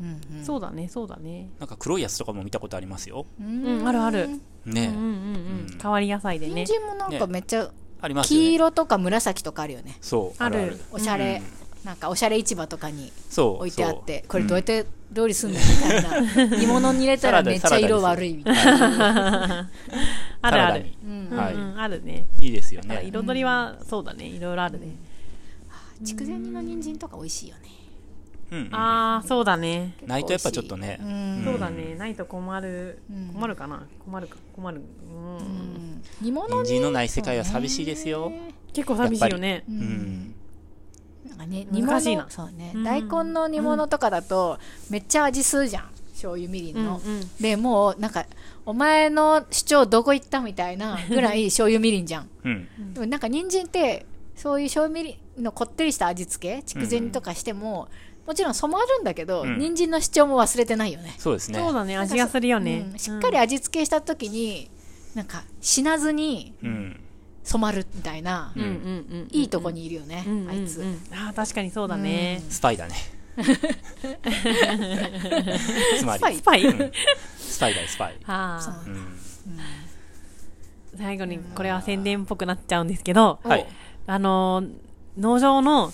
うんうんそうだね、そうだね。なんか黒いやつとかも見たことありますよ。うん、あるある。ねうんうんうん。変わり野菜でね人。参もなんかめっちゃありますよ黄ね。色とか紫とかあるよねそう。あるおしゃれなんかおしゃれ市場とかにそう。置いてあってそうこれどうやって料理すんのみ たいな煮物に入れたらめっちゃ色悪いみたいな あるある。サラダにうんはいうん、あるね。いいですよだからね。彩りは、そうだね、いろいろあるね。筑前煮の人参とか美味しいよねうんうん。ああ、そうだね。ないとやっぱちょっとね。うんそうだね、ないと困るうん。困るかな困るか、困る。うん。煮物人に参のない世界は寂しいですよ。結構寂しいよね。ううんん。なんかね煮難しいな物そうね大根の煮物とかだとめっちゃ味吸うじゃん醤油みりんのうんうんでもうなんかお前の主張どこ行ったみたい なぐらい醤油みりんじゃんうん。でもなんか人参ってそういう醤油みりんのこってりした味付け筑前煮とかしても、もちろん染まるんだけど、うん人参の主張も忘れてないよねそうですね。そうだね、味がするよねう。んしっかり味付けした時になんか死なずにうん。染まるみたいな、うん。うんうんうん。いいとこにいるよね、うんうんうん。あいつ、ああ、確かにそうだね。スパイ だね。つまりスパイスパイスパイだよスパイ。 あそうあ。うん最後に、これは宣伝っぽくなっちゃうんですけど、はい。あのー、農場のん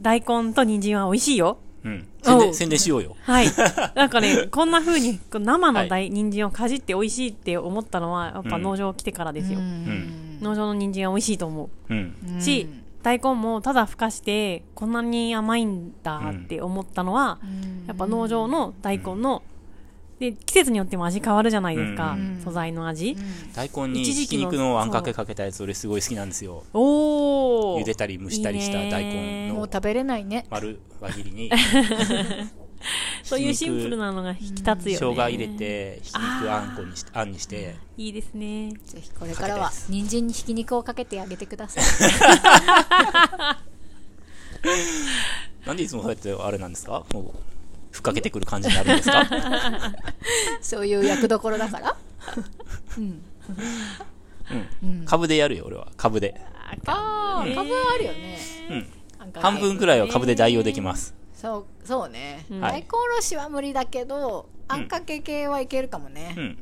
大根と人参は美味しいよ。うん。宣おう伝宣伝しようよ。はい。 なんかね、こんな風にこう生の大人参をかじって美味しいって思ったのは、やっぱ農場来てからですよ。うん農場の人参は美味しいと思うん。う。し、大根もただふかして、こんなに甘いんだって思ったのは、やっぱ農場の大根の、で、季節によっても味変わるじゃないですか。素材の味。大根に一時ひ期きの肉のあんかけかけたやつ俺すごい好きなんですよおー。茹でたり蒸したりしたいいね大根ものう食べれないね丸輪切りに そういうシンプルなのが引き立つ生姜よね。入れてひき肉あんこにしてあんにしていいですね。ぜひこれからはかけたいです人参にひき肉をかけてあげてくださいなんでいつもそうやってあれなんですかもうふっかけてくる感じになるんですか そういう役どころだから株でやるよ俺は株でああ株はあるよね、うんなんかね半分くらいは株で代用できますそうそうね、ん大根おろしは無理だけど、あんかけ系はいけるかもね、うん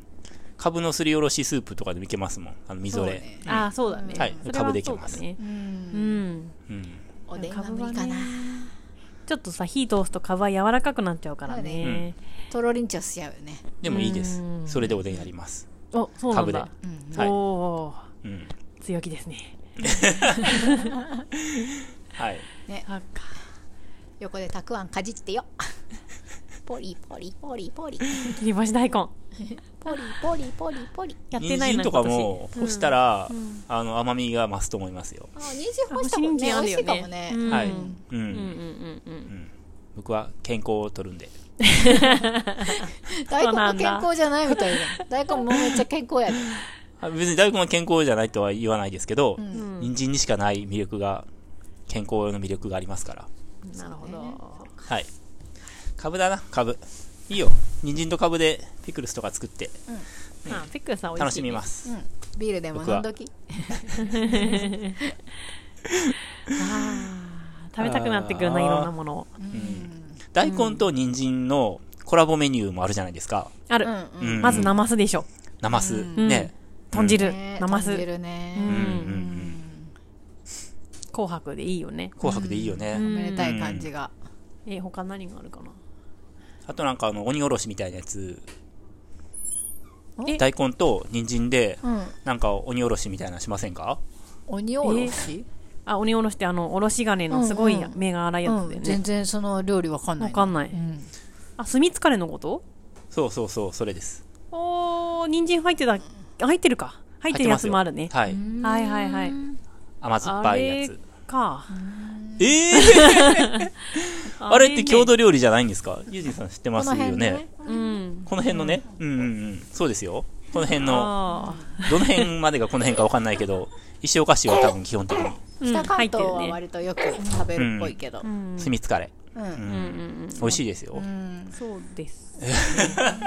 株のすりおろしスープとかでもいけますもんあのみぞそうれねああ、そうだね。はいそれは株できますそうだねうんうん。うんおでんは無理かな、ちょっとさ火通すと皮は柔らかくなっちゃうからね。とろりんちょしちゃうよねでもいいですそれでおでんやりますおそうなんだ。株でおはいおうんー強気ですね。はいねあっか横でたくあんかじってよ ポリポリポリポリ切り干し大根。ポリポリポリポリやって人ない参な、と今か年。もうん干したら、あの甘みが増すと思いますよ、あ人参あ干干したしもん人ね美参ある味しよいかねも。ね、うんはい、ううんんうんうんうん僕は健康を取るんで大根そうなもん健だ康じゃないみたいな 大根もめっちゃ健康やね、あ別に大根は健康じゃないとは言わないですけど、ううんん。人参にしかない魅力が健康の魅力がありますからなるほど。はい株だな株いいよ人参と株でピクルスとか作ってあ、ピックルさん美楽味ししいね。みます、うん、ビールでも僕飲はんどきあー食べたくなってくるな、いろんなものを。大根と人参のコラボメニューもあるじゃないですかあうんうる。ん、うんまずなますでしょ。なます、んね豚汁ね、なま豚す。汁ね、う。うんうんうんん紅白でいいよね。紅白でいいよね、うんおめでたい感じが、え、他何があるかなあとなんかあの鬼おろしみたいなやつえ大根と人参でうん、なんか鬼おろしみたいなのしませんか鬼おろし、あ、鬼おろしってあの、おろし金のすごいうんうん目が粗いやつだうよん、ね全。然その料理わかんなわいねかんない。うんあ、炭疲れのことそうそうそうそれですおー、人参入ってた、入ってるか。入ってるやつもあるね。はいはいはいはい。甘酸っぱいやつか。ええあれって郷ね土料理じゃないんですかユージさん知ってますよこの辺ねねうん。この辺のねうんうんうんそうですよこの辺のあどの辺までがこの辺かわかんないけど石岡市は多分基本的にーうん北関入って東るはね。割とよく食べるっぽいけど、うん住みつかれうんうんうん美味しいですようん。そうです。 なん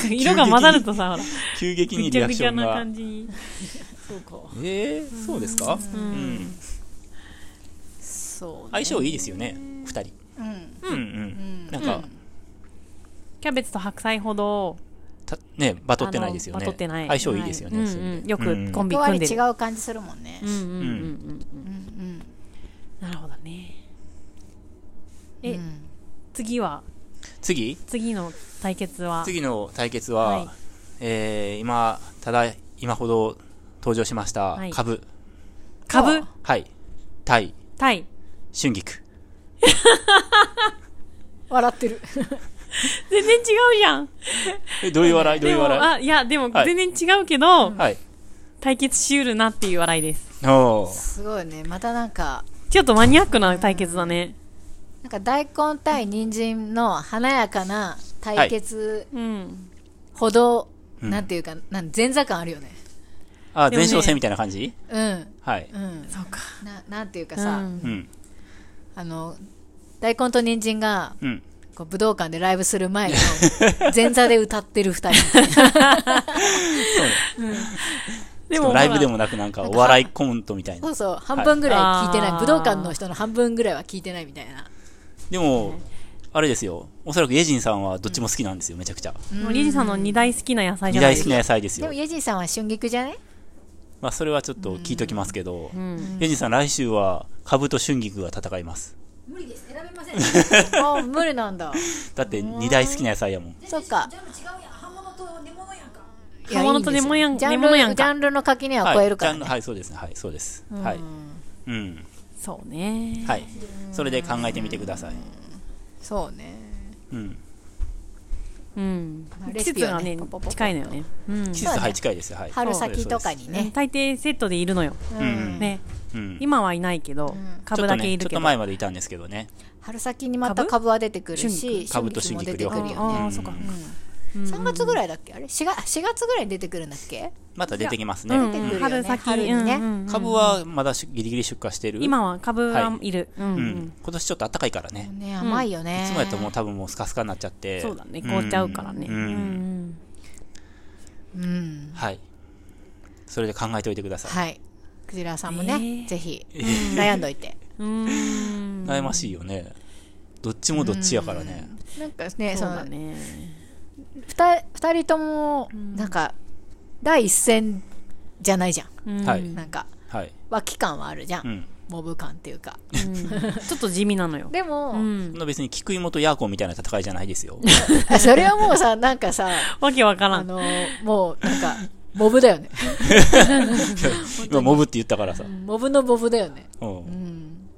か色が混ざるとさ、ほら、急激ぐにリちアゃクぐシちゃョンなが感じに。そうか。ええそうですかうんそうね相性いいですよね二人うんうんうんなんかキャベツと白菜ほど、たねバトってないですよあのねバトってない相性いいですようんねそういう意う味ん、でようんくコンビ役割組んで違る。う感じするもんねうんうんうんうんうんうんうん。なるほどね。えうん次は、次次の対決は、次の対決はいはえー今ただ今ほど登場しましたはい株株そうはい対対、春菊笑ってる全然違うじゃん。えどういう笑いどういでうも、笑あ、いや、でもはい全然違うけどい、はい対決しうるなっていう笑いです。おーすごいねまたなんかちょっとマニアックな対決だね。なんか大根対人参の華やかな対決うん。ほど、うんなんていうかなん前座感あるよねあでもね前哨戦みたいな感じうんはいうんそうか。ななんていうかさ、うんうんあの大根と人参がうんこう武道館でライブする前 の前座で歌ってる二人でしかもも、ライブでも。もなくなんかお笑いコントみたいなそうそう半分ぐらい聞いてない、あー武道館の人の半分ぐらいは聞いてないみたいなでもあれですよおそらくエジンさんはどっちも好きなんですよめちゃくちゃもうリジさんの二大好きな野菜じ二ゃない大で好すか。きな野菜ですでよもイェジンさんは春菊じゃ ねまあそれはちょっと聞いときますけどんエジンさん来週は株と春菊が戦います無理です選べませんそあー無理なんだだって二大好きな野菜やもんそっか全部違うやん刃物と根物やんかいや刃物といいんです根よ物やんジャン根物やんルジかャンルの垣根は超えるから、ねはい、ちゃんとはいそうですねはいそうですはいうんそうね。はいそれで考えてみてくださいそうねうんうんまあ。季レシ節ピはがねねポポポポ、近いのよね。うん季。そ節うねはい近いですはい春先とかにうんね大抵セットでいるのよ。そうですそうですうんね。うん今はいないけど、株だけいるちけょっとねちょっとど。前までいたんですけどね春先にまた株は出てくるし株とも出春菊て両く方るよあねーうんそうか3月ぐらいだっけあれ 4, が4月ぐらいに出てくるんだっけまた出てきますね、う出てくんるよね春先。春にねうんうんうん株はまだしギリギリ出荷してる今は株はいる。ううんん、うん。今年ちょっと暖かいからね、ね甘いよね、いつもやともう多分もうスカスカになっちゃってそうだね。凍っちゃうからね。ううんんうん。うんはいそれで考えておいてください、はいクジラさんもね、えーぜひ悩んどいてうーん。悩ましいよねどっちもどっちやからね、なんかねそそうだのね。 2人ともなんか第一線じゃないじゃん、うんはいうんなんかはい脇感はあるじゃん、うんモブ感っていうかちょっと地味なのよ。でうも、んそん。な別に菊芋とヤーコンみたいな戦いじゃな いですよあそれはもうさなんか さわけわからあん。のもうなんかモブだよね今モブって言ったからさ、モブのモブだよねうんうん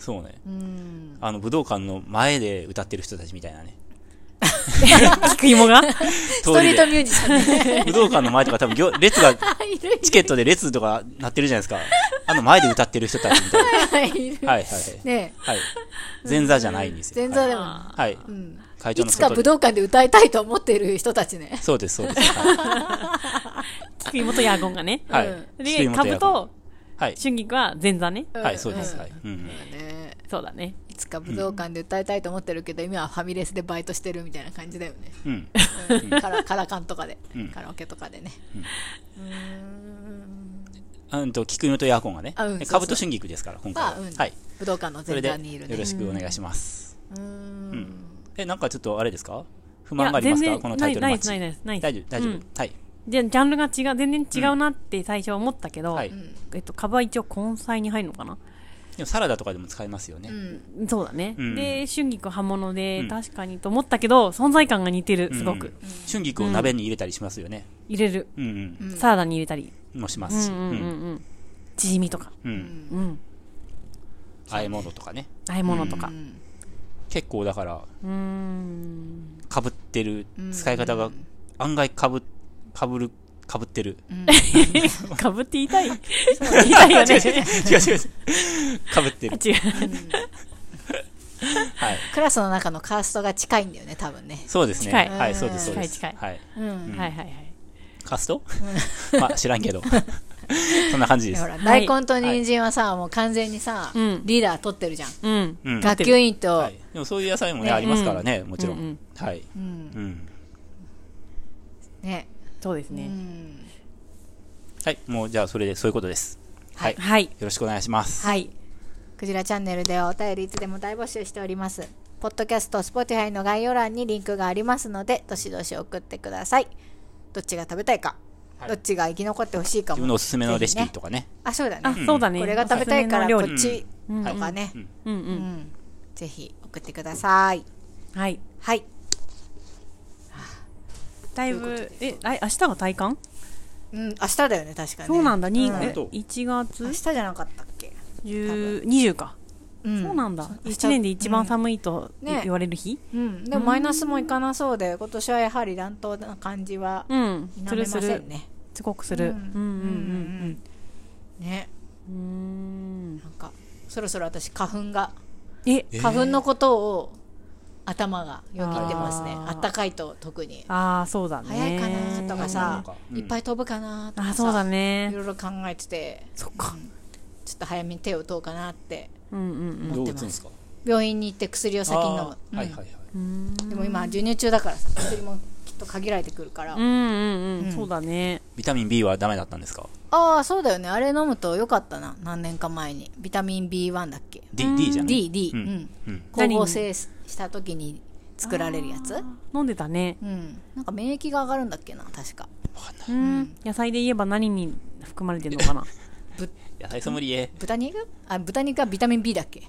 そうね。うんあの、武道館の前で歌ってる人たちみたいなね。 菊芋がスストリートミュージシャン ね武道館の前とか多分行、列が、いるいるチケットで列とかなってるじゃないですか。あの前で歌ってる人たちみたい な。いるはいはいはい。ねはい。前座じゃないんですよ。前座でもはいはい。うん会長いのつ外かに武道館で歌いたいと思っている人たちねそうです、そうです。は菊芋とヤーゴンがね。い。はうい。で、株、とはい。春菊は前座ね。はい、そうです。んはい。うん。ねそうだね。いつか武道館で歌いたいと思ってるけど、今はファミレスでバイトしてるみたいな感じだよね、うん。うんカ ラカラカンとかで、うんカラオケとかでね、うんと、菊芋とヤーコンがねあうん。株と春菊ですから、今回はまあうん。はい。武道館のそ前れで、座よにいるろねしくお願いします。うーんえ、なんかちょっとあれですか不い満やがありますか全こ然のなタイいトルなマいッですないチ。ですないです大丈夫、大丈うん夫。はい。じゃあジャンルが違う全然違うなって最初思ったけど、はい。えっと、株は一応根菜に入るのかなでもサラダとかでも使えますよね。そうだね、うんで春菊葉物で、うん確かにと思ったけど存在感が似てるすごく、うん。春菊を鍋に入れたりしますよね。入れる、うんうん。サラダに入れたりもしまうんすし。ううんうんん。うん縮みとかうん。うん和え物とかね。和え物とか結構だから、うーんかぶってる、使い方が案外かぶ、かぶる、かぶってる。かぶって言いたい言いたいよね 違う違う違う違う。かぶってる。違うはい。クラスの中のカーストが近いんだよね多分ね、そうですね。近いはい、そうです、そうです。近い近はい。うはんいはいはいカストまあ、知らん けど。そんな感じでほす。ら大根と人参はさ、もう完全にさ、うんリーダー取ってるじゃん、うんうん。学級委員と、はい。でもそういう野菜もね、ねありますからね、もちろうんうんん。はい。うんうん。ねそうですうね、んはい。もう、じゃあ、それで、そういうことです。はい。よはいろしくお願いします。はい。クジラチャンネルではお便りいつでも大募集しております。ポッドキャスト、Spotify の概要欄にリンクがありますので、どしどし送ってください。どっちが食べたいか、はいどっちが生き残ってほしいか自も。分のおすすめのレシぜピひねとかね。あ、そうだあ、ね。そうだねこれが食べたいからおこすすめの料っ理うんちとかね。うんうんううんん。ぜひ送ってください。はいはい。だいというぶえあ明日が体感うん、明日だよね、確かに。そうなんだ、にうんえ本当1月明日じゃなかったっけ10 20か、うんそうなんだ明日1年で一番寒いとうんね言われる日うん。でもマイナスもいかなそうで、今年はやはり暖冬な感じはうんす否めまるすせるんね。すごくするううんんうんね。うんうんうーんなんかそろそろ私花粉がええー花粉のことを頭がよぎってますねあーあったかいと特にああそうだね早いかなとかさうんいっぱい飛ぶかなとあかーそうださいねろいろ考えててそっかうんちょっと早めに手を打とうかなってうんうんどう打つんですか病院に行って薬を先に飲むあーうんはいはいはい。うんでも今授乳中だからさ薬もきっと限られてくるからうんうんううんんそうだねビタミン B はダメだったんですかああそうだよねあれ飲むとよかったな何年か前にビタミン B1 だっけ D、D じゃない DD ううんんうん。光合成した時に作られるやつ飲んでたねうん、なんか免疫が上がるんだっけな確かわかんない。うん野菜で言えば何に含まれてるのか な野菜ソムリエ。豚肉あ豚肉はビタミン B だっけ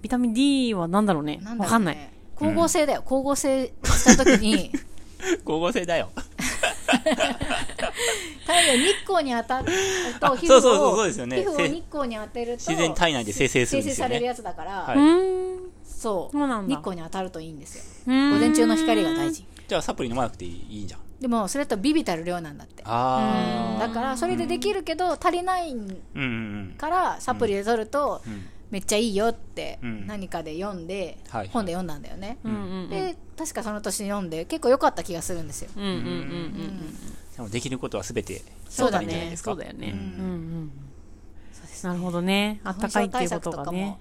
ビタミン D は何だろうねなんだろうねわかんない光合成だよ、光合成した時に光合成だよ。太陽日光に当たるあと皮膚そうをそうそうそうですよね皮膚をせ日光に当てると自然体内で生成する生んで成すよされるね。やつだから、はういーんそうそうなんだ日光に当たるといいんですよ午午前中の光が大事じゃあサプリ飲まなくていいいいじゃん。でもそれだとビビたる量なんだってあだからそれでできるけど足りないあ。うんうんからサプリで取るとうん。めっちゃいいよってうん何かで読んで、はい本で読んだんだよね、うんうんうんで確かその年に読んで結構良かった気がするんですよ、うんうんうんでもできることはすべてそうだねいいんじゃないですかそうだよねうううんんんそうですなるほどねあ花った粉かいっていうこ症対策ととかがねも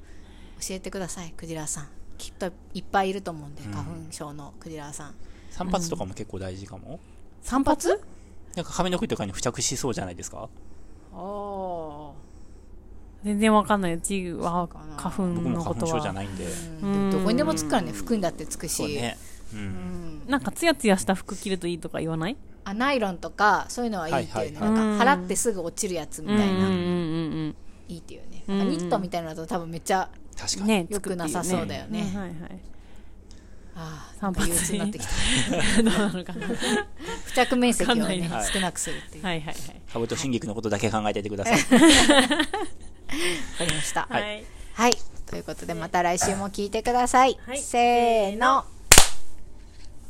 教えてくださいクジラさんきっといっぱいいると思うんで、花粉症のクジラさん散髪とかも結構大事かも。散髪なんか髪の毛とかに付着しそうじゃないですか。お全然わかんない。うちはかな花粉僕のもこ花と粉症じゃは。ないんで。うんどこにでもつくからね服にだってつくし、そうね。うん。なんかツヤツヤした服着るといいとか言わないあナイロンとかそういうのはいいっていうね、はいはいはいなんか払ってすぐ落ちるやつみたいな、うんうんいいっていうね、うんなんかニットみたいなのだと多分めっちゃ確うかん。に。ねよくなさそうだよねつくっていうはいはい。ああ散髪憂鬱になってきた どうなのかな。はい付着面積をわかんねないな少なくするっていう、はいはい。株と新菊のことだけ考えていてください。わかりましたはい。ははいということでまた来週も聞いてください、はいせーの